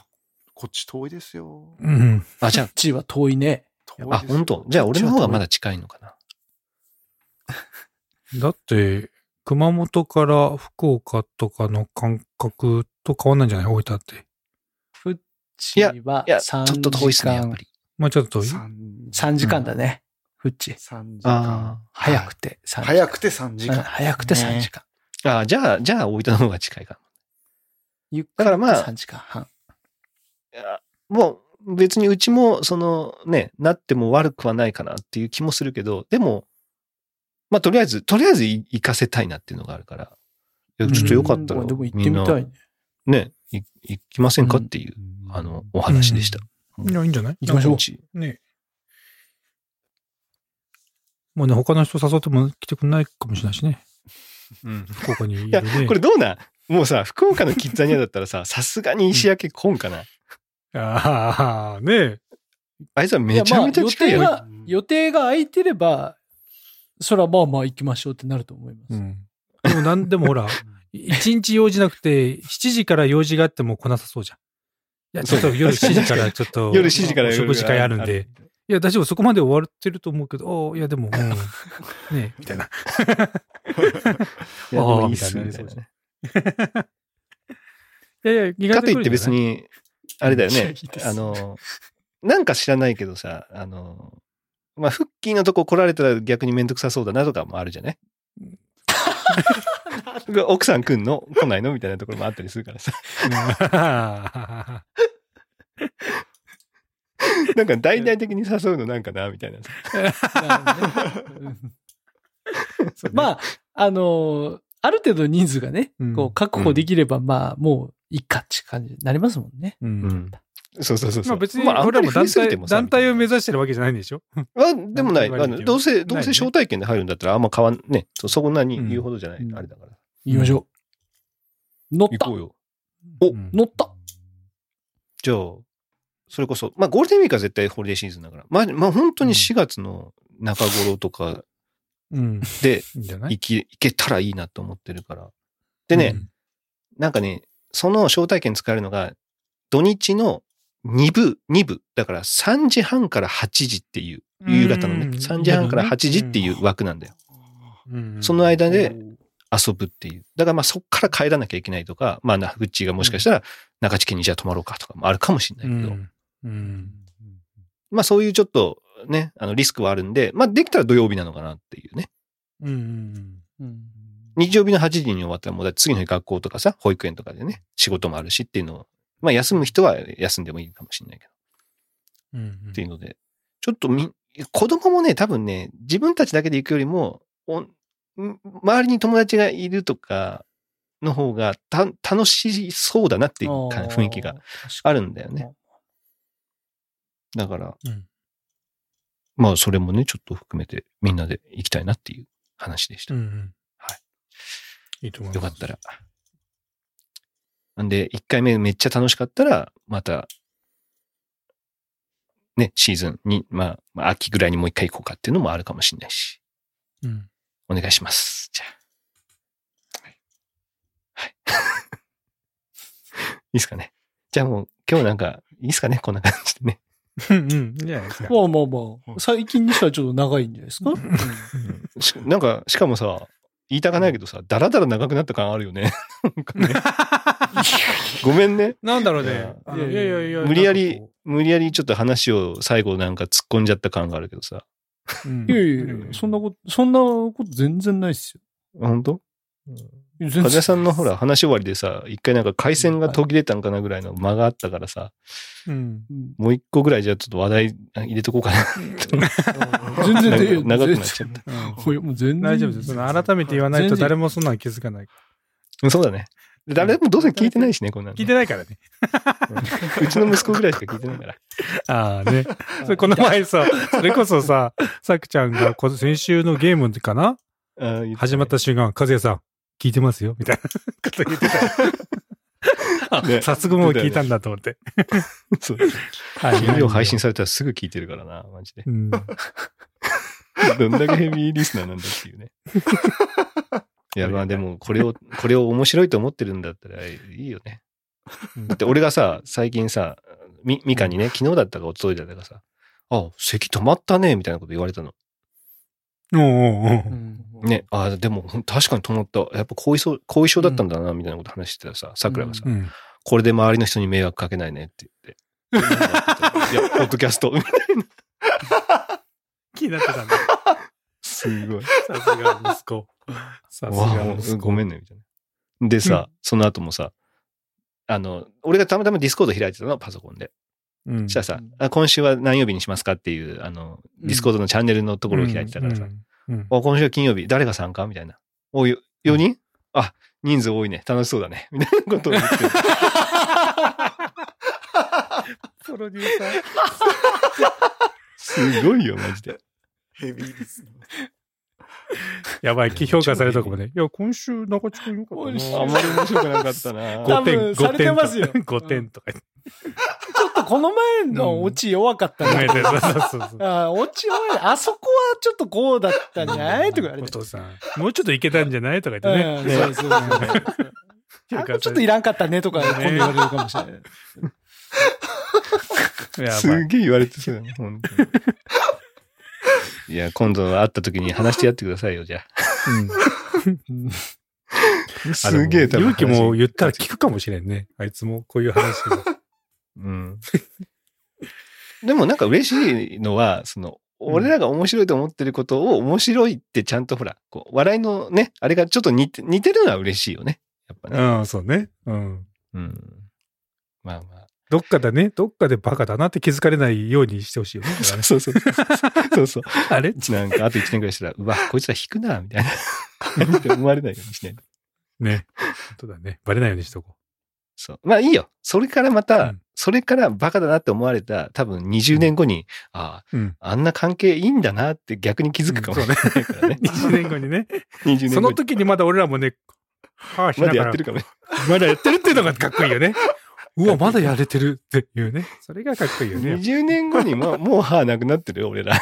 [SPEAKER 4] こっち遠いですよ。
[SPEAKER 2] うん。
[SPEAKER 1] あ、じゃ
[SPEAKER 3] 地位は遠いね。
[SPEAKER 4] 遠いですよ
[SPEAKER 1] あ、あ、本当じゃあ、俺の方がまだ近いのかな。
[SPEAKER 2] だって、熊本から福岡とかの感覚と変わんないんじゃない大分って。
[SPEAKER 3] 地位はい
[SPEAKER 1] や、ちょ
[SPEAKER 3] 3
[SPEAKER 1] っ
[SPEAKER 3] 時間。
[SPEAKER 1] と遠いっすね、やっぱり。
[SPEAKER 2] まあちょっと遠い、
[SPEAKER 4] 3
[SPEAKER 3] 3時間だね。フッチ。
[SPEAKER 4] 時
[SPEAKER 1] あ
[SPEAKER 4] 間。
[SPEAKER 3] 早くて3時間。
[SPEAKER 4] 早くて3時
[SPEAKER 3] うん
[SPEAKER 4] 間。
[SPEAKER 3] 早くて3時間。
[SPEAKER 1] あーじゃあ、じゃあ、大分の方が近いかも。
[SPEAKER 3] ゆっく
[SPEAKER 1] だか
[SPEAKER 3] り
[SPEAKER 1] らまあ
[SPEAKER 3] 3時間半。
[SPEAKER 1] もう別にうちもそのね、なっても悪くはないかなっていう気もするけど、でも、まあとりあえず、とりあえずい行かせたいなっていうのがあるから、いやちょっとよかったら、
[SPEAKER 3] うんでも行っ
[SPEAKER 1] み
[SPEAKER 3] て
[SPEAKER 1] ん
[SPEAKER 3] み
[SPEAKER 1] な
[SPEAKER 3] たいね。
[SPEAKER 1] ね、い行きませんかっていう、
[SPEAKER 4] うん
[SPEAKER 1] あの、お話でした。
[SPEAKER 2] いや、いいんじゃない
[SPEAKER 3] 行きましょう
[SPEAKER 1] うち
[SPEAKER 2] ねもうね、他の人誘っても来てくんないかもしれないしね。福岡にいる
[SPEAKER 1] いや、
[SPEAKER 2] ね。
[SPEAKER 1] これどうなんもうさ、福岡のキッザニアだったらさ、さすがに石焼けこんかな。
[SPEAKER 2] ああ、ねえ
[SPEAKER 1] あいつはめちゃめちゃ近い
[SPEAKER 3] や
[SPEAKER 1] よ
[SPEAKER 3] ま
[SPEAKER 1] ね。、
[SPEAKER 3] あ予定が空いてれば、それはまあまあ行きましょうってなると思いま
[SPEAKER 2] う
[SPEAKER 3] す。
[SPEAKER 2] ん。でもなんでもほら、一日用事なくて、7時から用事があっても来なさそうじゃん。いや、ちょっと夜7時からちょっと
[SPEAKER 1] 夜7時から
[SPEAKER 2] お食事会あるんで。。いや、大丈夫、そこまで終わってると思うけど、おーいや、でも、うんねみたいな。
[SPEAKER 1] いやでもいいっ
[SPEAKER 2] あ
[SPEAKER 1] すね
[SPEAKER 2] ー
[SPEAKER 1] みた
[SPEAKER 2] みたい
[SPEAKER 1] い
[SPEAKER 2] な
[SPEAKER 1] なね。
[SPEAKER 2] いやいや、意
[SPEAKER 1] かと
[SPEAKER 2] 外
[SPEAKER 1] いって別
[SPEAKER 2] 来るんじ
[SPEAKER 1] に、あれ だよ
[SPEAKER 3] いやい
[SPEAKER 1] ね
[SPEAKER 3] いで。す
[SPEAKER 1] あの、なんか知らないけどさ、あの、まあ、フッキーのとこ来られたら逆にめんどくさそうだなとかもあるじゃない 奥さん来んの来ないのみたいなところもあったりするから さ。
[SPEAKER 2] ゃない。
[SPEAKER 1] なんか大々的に誘うのなんかなみたいなさ。
[SPEAKER 3] なるほどねうんまあ、あのーある程度人数がね、
[SPEAKER 2] うん
[SPEAKER 3] こう確保できれば、まあ、もういいかって感じになりますもんね。
[SPEAKER 2] うん
[SPEAKER 1] そうそうそうそう。
[SPEAKER 2] まあ別に、
[SPEAKER 1] まああん
[SPEAKER 2] 俺
[SPEAKER 1] ま
[SPEAKER 2] ら
[SPEAKER 1] り
[SPEAKER 2] も
[SPEAKER 1] 振
[SPEAKER 2] 団
[SPEAKER 1] りすぎて
[SPEAKER 2] 体
[SPEAKER 1] もさ
[SPEAKER 2] 団体を目指してるわけじゃないんでしょ
[SPEAKER 1] あ、でもない。
[SPEAKER 2] なんとか
[SPEAKER 1] あ
[SPEAKER 2] な
[SPEAKER 1] の
[SPEAKER 2] い
[SPEAKER 1] どうせ、ど
[SPEAKER 2] な
[SPEAKER 1] う
[SPEAKER 2] い
[SPEAKER 1] せ
[SPEAKER 2] ね
[SPEAKER 1] 招待券で入るんだったら、あんま変わんね。そうそこ何
[SPEAKER 2] うん
[SPEAKER 1] 言うほどじゃない。
[SPEAKER 3] うん
[SPEAKER 1] あれだから。
[SPEAKER 3] 行きましょう。乗っ
[SPEAKER 1] 行
[SPEAKER 3] た
[SPEAKER 1] こうよ。
[SPEAKER 2] お
[SPEAKER 3] 乗った
[SPEAKER 1] じゃあ、それこそ、まあゴールデンウィークは絶対ホリデーシーズンだから、まあ、まあ本当に4月の中頃とか
[SPEAKER 2] うん。
[SPEAKER 1] で
[SPEAKER 2] いいんじゃない
[SPEAKER 1] 行き、行けたらいいなと思ってるから。でね、なんかね、その招待券使えるのが、土日の2部、2部。だから3時半から8時っていう、夕方のね、3時半から8時っていう枠なんだよ。
[SPEAKER 2] うん
[SPEAKER 1] その間で、遊ぶっていう。だからまあそっから帰らなきゃいけないとか、まあな、グッチーがもしかしたら中地家にじゃあ泊まろうかとかもあるかもしれ
[SPEAKER 2] う
[SPEAKER 1] ないけど、
[SPEAKER 2] んうん。
[SPEAKER 1] まあそういうちょっとね、あのリスクはあるんで、まあできたら土曜日なのかなっていうね。
[SPEAKER 2] うんうん。
[SPEAKER 1] 日曜日の8時に終わったらもうだって次の日学校とかさ、保育園とかでね、仕事もあるしっていうのを、まあ休む人は休んでもいいかもしれないけど、
[SPEAKER 2] うんうん
[SPEAKER 1] っていうので、ちょっとみ、子供もね、多分ね、自分たちだけで行くよりも、おん周りに友達がいるとか、の方がた楽しそうだなっていうか雰囲気があるんだよね。だから、
[SPEAKER 2] うん
[SPEAKER 1] まあそれもね、ちょっと含めてみんなで行きたいなっていう話でし
[SPEAKER 2] う
[SPEAKER 1] た。
[SPEAKER 2] んうん。。
[SPEAKER 1] はい
[SPEAKER 2] いいと思い
[SPEAKER 1] よか
[SPEAKER 2] ます。
[SPEAKER 1] ったら。なんで、1回目めっちゃ楽しかったら、また、ね、シーズンに、まあ、まあ秋ぐらいにもう一回行こうかっていうのもあるかもしれないし、
[SPEAKER 2] うん。
[SPEAKER 1] お願いします。じゃあ。はい。 いいですかね。じゃあもう、今日なんか、いいですかねこんな感じでね。
[SPEAKER 2] うんうん。いいじゃないですか。
[SPEAKER 3] まあまあまあ、最近にしてはちょっと長いんじゃないですか。
[SPEAKER 1] しなんか、しかもさ、言いたかないけどさ、だらだら長くなった感あるよね。なんかねごめんね。
[SPEAKER 2] なんだろう
[SPEAKER 1] い
[SPEAKER 2] ね
[SPEAKER 1] や。
[SPEAKER 2] あのいやいやいや。
[SPEAKER 1] 無理やり
[SPEAKER 2] なんかこ、
[SPEAKER 1] 無理やりちょっと話を最後なんか突っ込んじゃった感があるけどさ。
[SPEAKER 2] う。うん
[SPEAKER 3] いやいやいや、そんなこと、そんなこと全然ないっすよ。
[SPEAKER 1] 本当
[SPEAKER 3] 全然
[SPEAKER 1] 風さんのほら、話終わりでさ、一回なんか回線が途切れたんかなぐらいの間があったからさ、
[SPEAKER 2] うん。
[SPEAKER 3] うん
[SPEAKER 1] もう一個ぐらいじゃあちょっと話題入れとこうかな。
[SPEAKER 3] 全然
[SPEAKER 1] なん
[SPEAKER 3] で
[SPEAKER 1] か長くなっちゃっ
[SPEAKER 3] もうもう全然。
[SPEAKER 2] 大丈夫です。その改めて言わないと
[SPEAKER 3] 全然
[SPEAKER 2] 誰もそんなの気づかない。
[SPEAKER 1] た。 そうだね。誰もどうせ聞いてないしね、こんなの。
[SPEAKER 2] 聞いてないからね。
[SPEAKER 1] うちの息子ぐらいしか聞いてないから。
[SPEAKER 2] ああね。 それこの前さ、それこそさ、さくちゃんがこ先週のゲームかな
[SPEAKER 1] あー言って
[SPEAKER 2] 始まった瞬間、和也さん、聞いてますよみたいなこと言ってた。あ
[SPEAKER 1] ね
[SPEAKER 2] 早速もう聞いたんだと思って。
[SPEAKER 1] そう。
[SPEAKER 2] はい
[SPEAKER 1] 無料配信されたらすぐ聞いてるからな、マジで。
[SPEAKER 2] うん。
[SPEAKER 1] どんだけヘビーリスナーなんだって いうね。いや、まあでも、これを、これを面白いと思ってるんだったらいいよね。だって俺がさ、最近さ、み、みかにね、昨日だったかおとといだったかさ、あ、席止まったね、みたいなこと言われたの。
[SPEAKER 2] おうおうおう
[SPEAKER 3] うん。
[SPEAKER 1] ね、あ、でも、ほん確かに止まった。やっぱ後遺症、後遺症だったんだな、みたいなこと話してたらさ、桜がさ、
[SPEAKER 2] うん。
[SPEAKER 1] これで周りの人に迷惑かけないねって言 って。いや、ポッドキャスト。
[SPEAKER 2] 気になってたんだ。
[SPEAKER 1] すごい。
[SPEAKER 2] さすが息子。さす
[SPEAKER 1] わあ
[SPEAKER 2] が息子。
[SPEAKER 1] ごめんね、みたいな。でさ、その後もさ、あの、俺がたまたまディスコード開いてたの、パソコンで。
[SPEAKER 2] うん。
[SPEAKER 1] そしたらさ、あ今週は何曜日にしますかっていう、あの、
[SPEAKER 3] うん
[SPEAKER 1] ディスコードのチャンネルのところを開いてたからさ、
[SPEAKER 2] うん。うん
[SPEAKER 1] お今週は金曜日、誰が参加みたいな。おい、4人、あ、人数多いね。楽しそうだね。みたいなことを言ってる。
[SPEAKER 2] プロデューサー。
[SPEAKER 1] すごいよ、マジで。
[SPEAKER 4] ヘビーですね。
[SPEAKER 2] やばい、評価されたかもね。いや、今週中地君よかったな。
[SPEAKER 1] あんまり面白くなかったな。
[SPEAKER 3] 多
[SPEAKER 2] 5
[SPEAKER 3] 分
[SPEAKER 2] 点、
[SPEAKER 3] されてますよ
[SPEAKER 2] 5点とか。5点とか言って。
[SPEAKER 3] ちょっとこの前のオチ弱かった
[SPEAKER 2] そう
[SPEAKER 3] ね。
[SPEAKER 2] そうそうそう。
[SPEAKER 3] あオチ弱い。あそこはちょっとこうだったんじゃないとか言われ
[SPEAKER 2] お
[SPEAKER 3] て。
[SPEAKER 2] 父さん、もうちょっといけたんじゃないとか言ってね。
[SPEAKER 3] うんそうそうそう。あこれちょっといらんかったねとか今度言われるかもしれない。
[SPEAKER 2] やばい
[SPEAKER 1] すげえ言われてそうだね、本当にいや、今度会った時に話してやってくださいよ、じゃ
[SPEAKER 3] うん
[SPEAKER 1] あ。
[SPEAKER 2] あでも
[SPEAKER 1] すげえ多分
[SPEAKER 2] 勇
[SPEAKER 1] 話
[SPEAKER 2] 気も言ったら聞くかもしれんね。あいつもこういう話を。
[SPEAKER 1] うん。 でもなんか嬉しいのは、その、
[SPEAKER 2] ん
[SPEAKER 1] 俺らが面白いと思ってることを面白いってちゃんとほら、こう、笑いのね、あれがちょっと似て、似てるのは嬉しいよね。やっぱね。
[SPEAKER 2] うん、そうね。うん。
[SPEAKER 1] うん。まあ まあ。
[SPEAKER 2] どっかだね、どっかでバカだなって気づかれないようにしてほしいよね。
[SPEAKER 1] そうそうそう。そうそう。
[SPEAKER 2] あれ
[SPEAKER 1] なんかあと1年ぐらいしたら、うわ、こいつら引くな、みたいな。って思われないようにしないと。
[SPEAKER 2] ね。 本当だね。バレないようにしとこ
[SPEAKER 1] そう。まあいいよ。それからまた、
[SPEAKER 2] うん
[SPEAKER 1] それからバカだなって思われた、多分20年後に、あ
[SPEAKER 2] う。うん。
[SPEAKER 1] あ、あんな関係いいんだなって逆に気づくかもし れないからね。
[SPEAKER 2] 20年後にね。
[SPEAKER 1] 20年後
[SPEAKER 2] その
[SPEAKER 1] に
[SPEAKER 2] 時にまだ俺らもね、はあ、ひ
[SPEAKER 1] ま
[SPEAKER 2] な
[SPEAKER 1] だ
[SPEAKER 2] が
[SPEAKER 1] や
[SPEAKER 2] ら
[SPEAKER 1] ってるかもね。
[SPEAKER 2] まだやってるっていうのがかっこ いいよね。うわ、まだやれてるっていうね。それがかっこいいよね。
[SPEAKER 1] 20年後にもう、もう歯なくなってるよ、俺ら。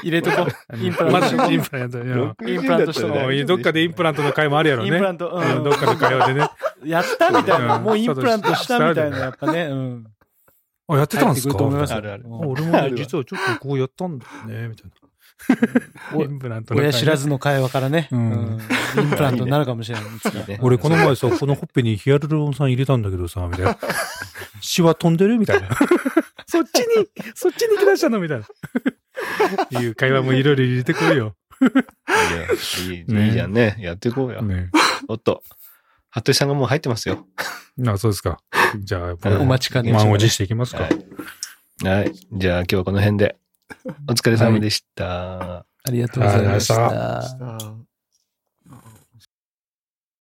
[SPEAKER 3] 入れとこう。インプラント
[SPEAKER 2] まだインプラント。いや
[SPEAKER 1] 60
[SPEAKER 3] インプラントしとこう
[SPEAKER 1] だたら大丈夫
[SPEAKER 2] どっかでインプラントの会もあるやろ
[SPEAKER 3] イン
[SPEAKER 2] ね。
[SPEAKER 3] プラント、
[SPEAKER 2] う
[SPEAKER 3] うんん、
[SPEAKER 2] どっかの会話でね。
[SPEAKER 3] やったみたいな、
[SPEAKER 2] うん
[SPEAKER 3] もうインプラントしたみたいな、やっぱね、うん。
[SPEAKER 2] あ、やってたんです
[SPEAKER 3] 入
[SPEAKER 2] か
[SPEAKER 3] ってくると思います
[SPEAKER 1] あるある
[SPEAKER 3] うん
[SPEAKER 2] 俺も
[SPEAKER 1] あ
[SPEAKER 2] ね
[SPEAKER 1] る、わ
[SPEAKER 2] 実はちょっとこうやったんだよね、みたいな。
[SPEAKER 3] お
[SPEAKER 2] インプラントの会
[SPEAKER 3] 親知らずの会話からね、
[SPEAKER 2] う
[SPEAKER 3] うんん、インプラントになるかもしれない。いつか
[SPEAKER 1] いいね
[SPEAKER 2] 俺この前 さ、このほっぺにヒアルロン酸入れたんだけどさ、みたい な。シワ飛んでるみたいな。 そっちに、そっちに行き出したのみたいな。いう会話もいろいろ入れてくるよ。
[SPEAKER 1] いやいいいいじゃんね。やっていこうよ。
[SPEAKER 2] ね。
[SPEAKER 1] おっと。服部さんがもう入ってますよ。
[SPEAKER 2] あ、そうですか。じ ゃあ、
[SPEAKER 1] お
[SPEAKER 3] 待ちかね
[SPEAKER 2] 満を持していきますか。
[SPEAKER 1] はい。はい。じゃあ今日はこの辺で。お疲れ様でした。
[SPEAKER 3] ありがとうございまし
[SPEAKER 2] ありがとうございました
[SPEAKER 3] た。
[SPEAKER 4] あー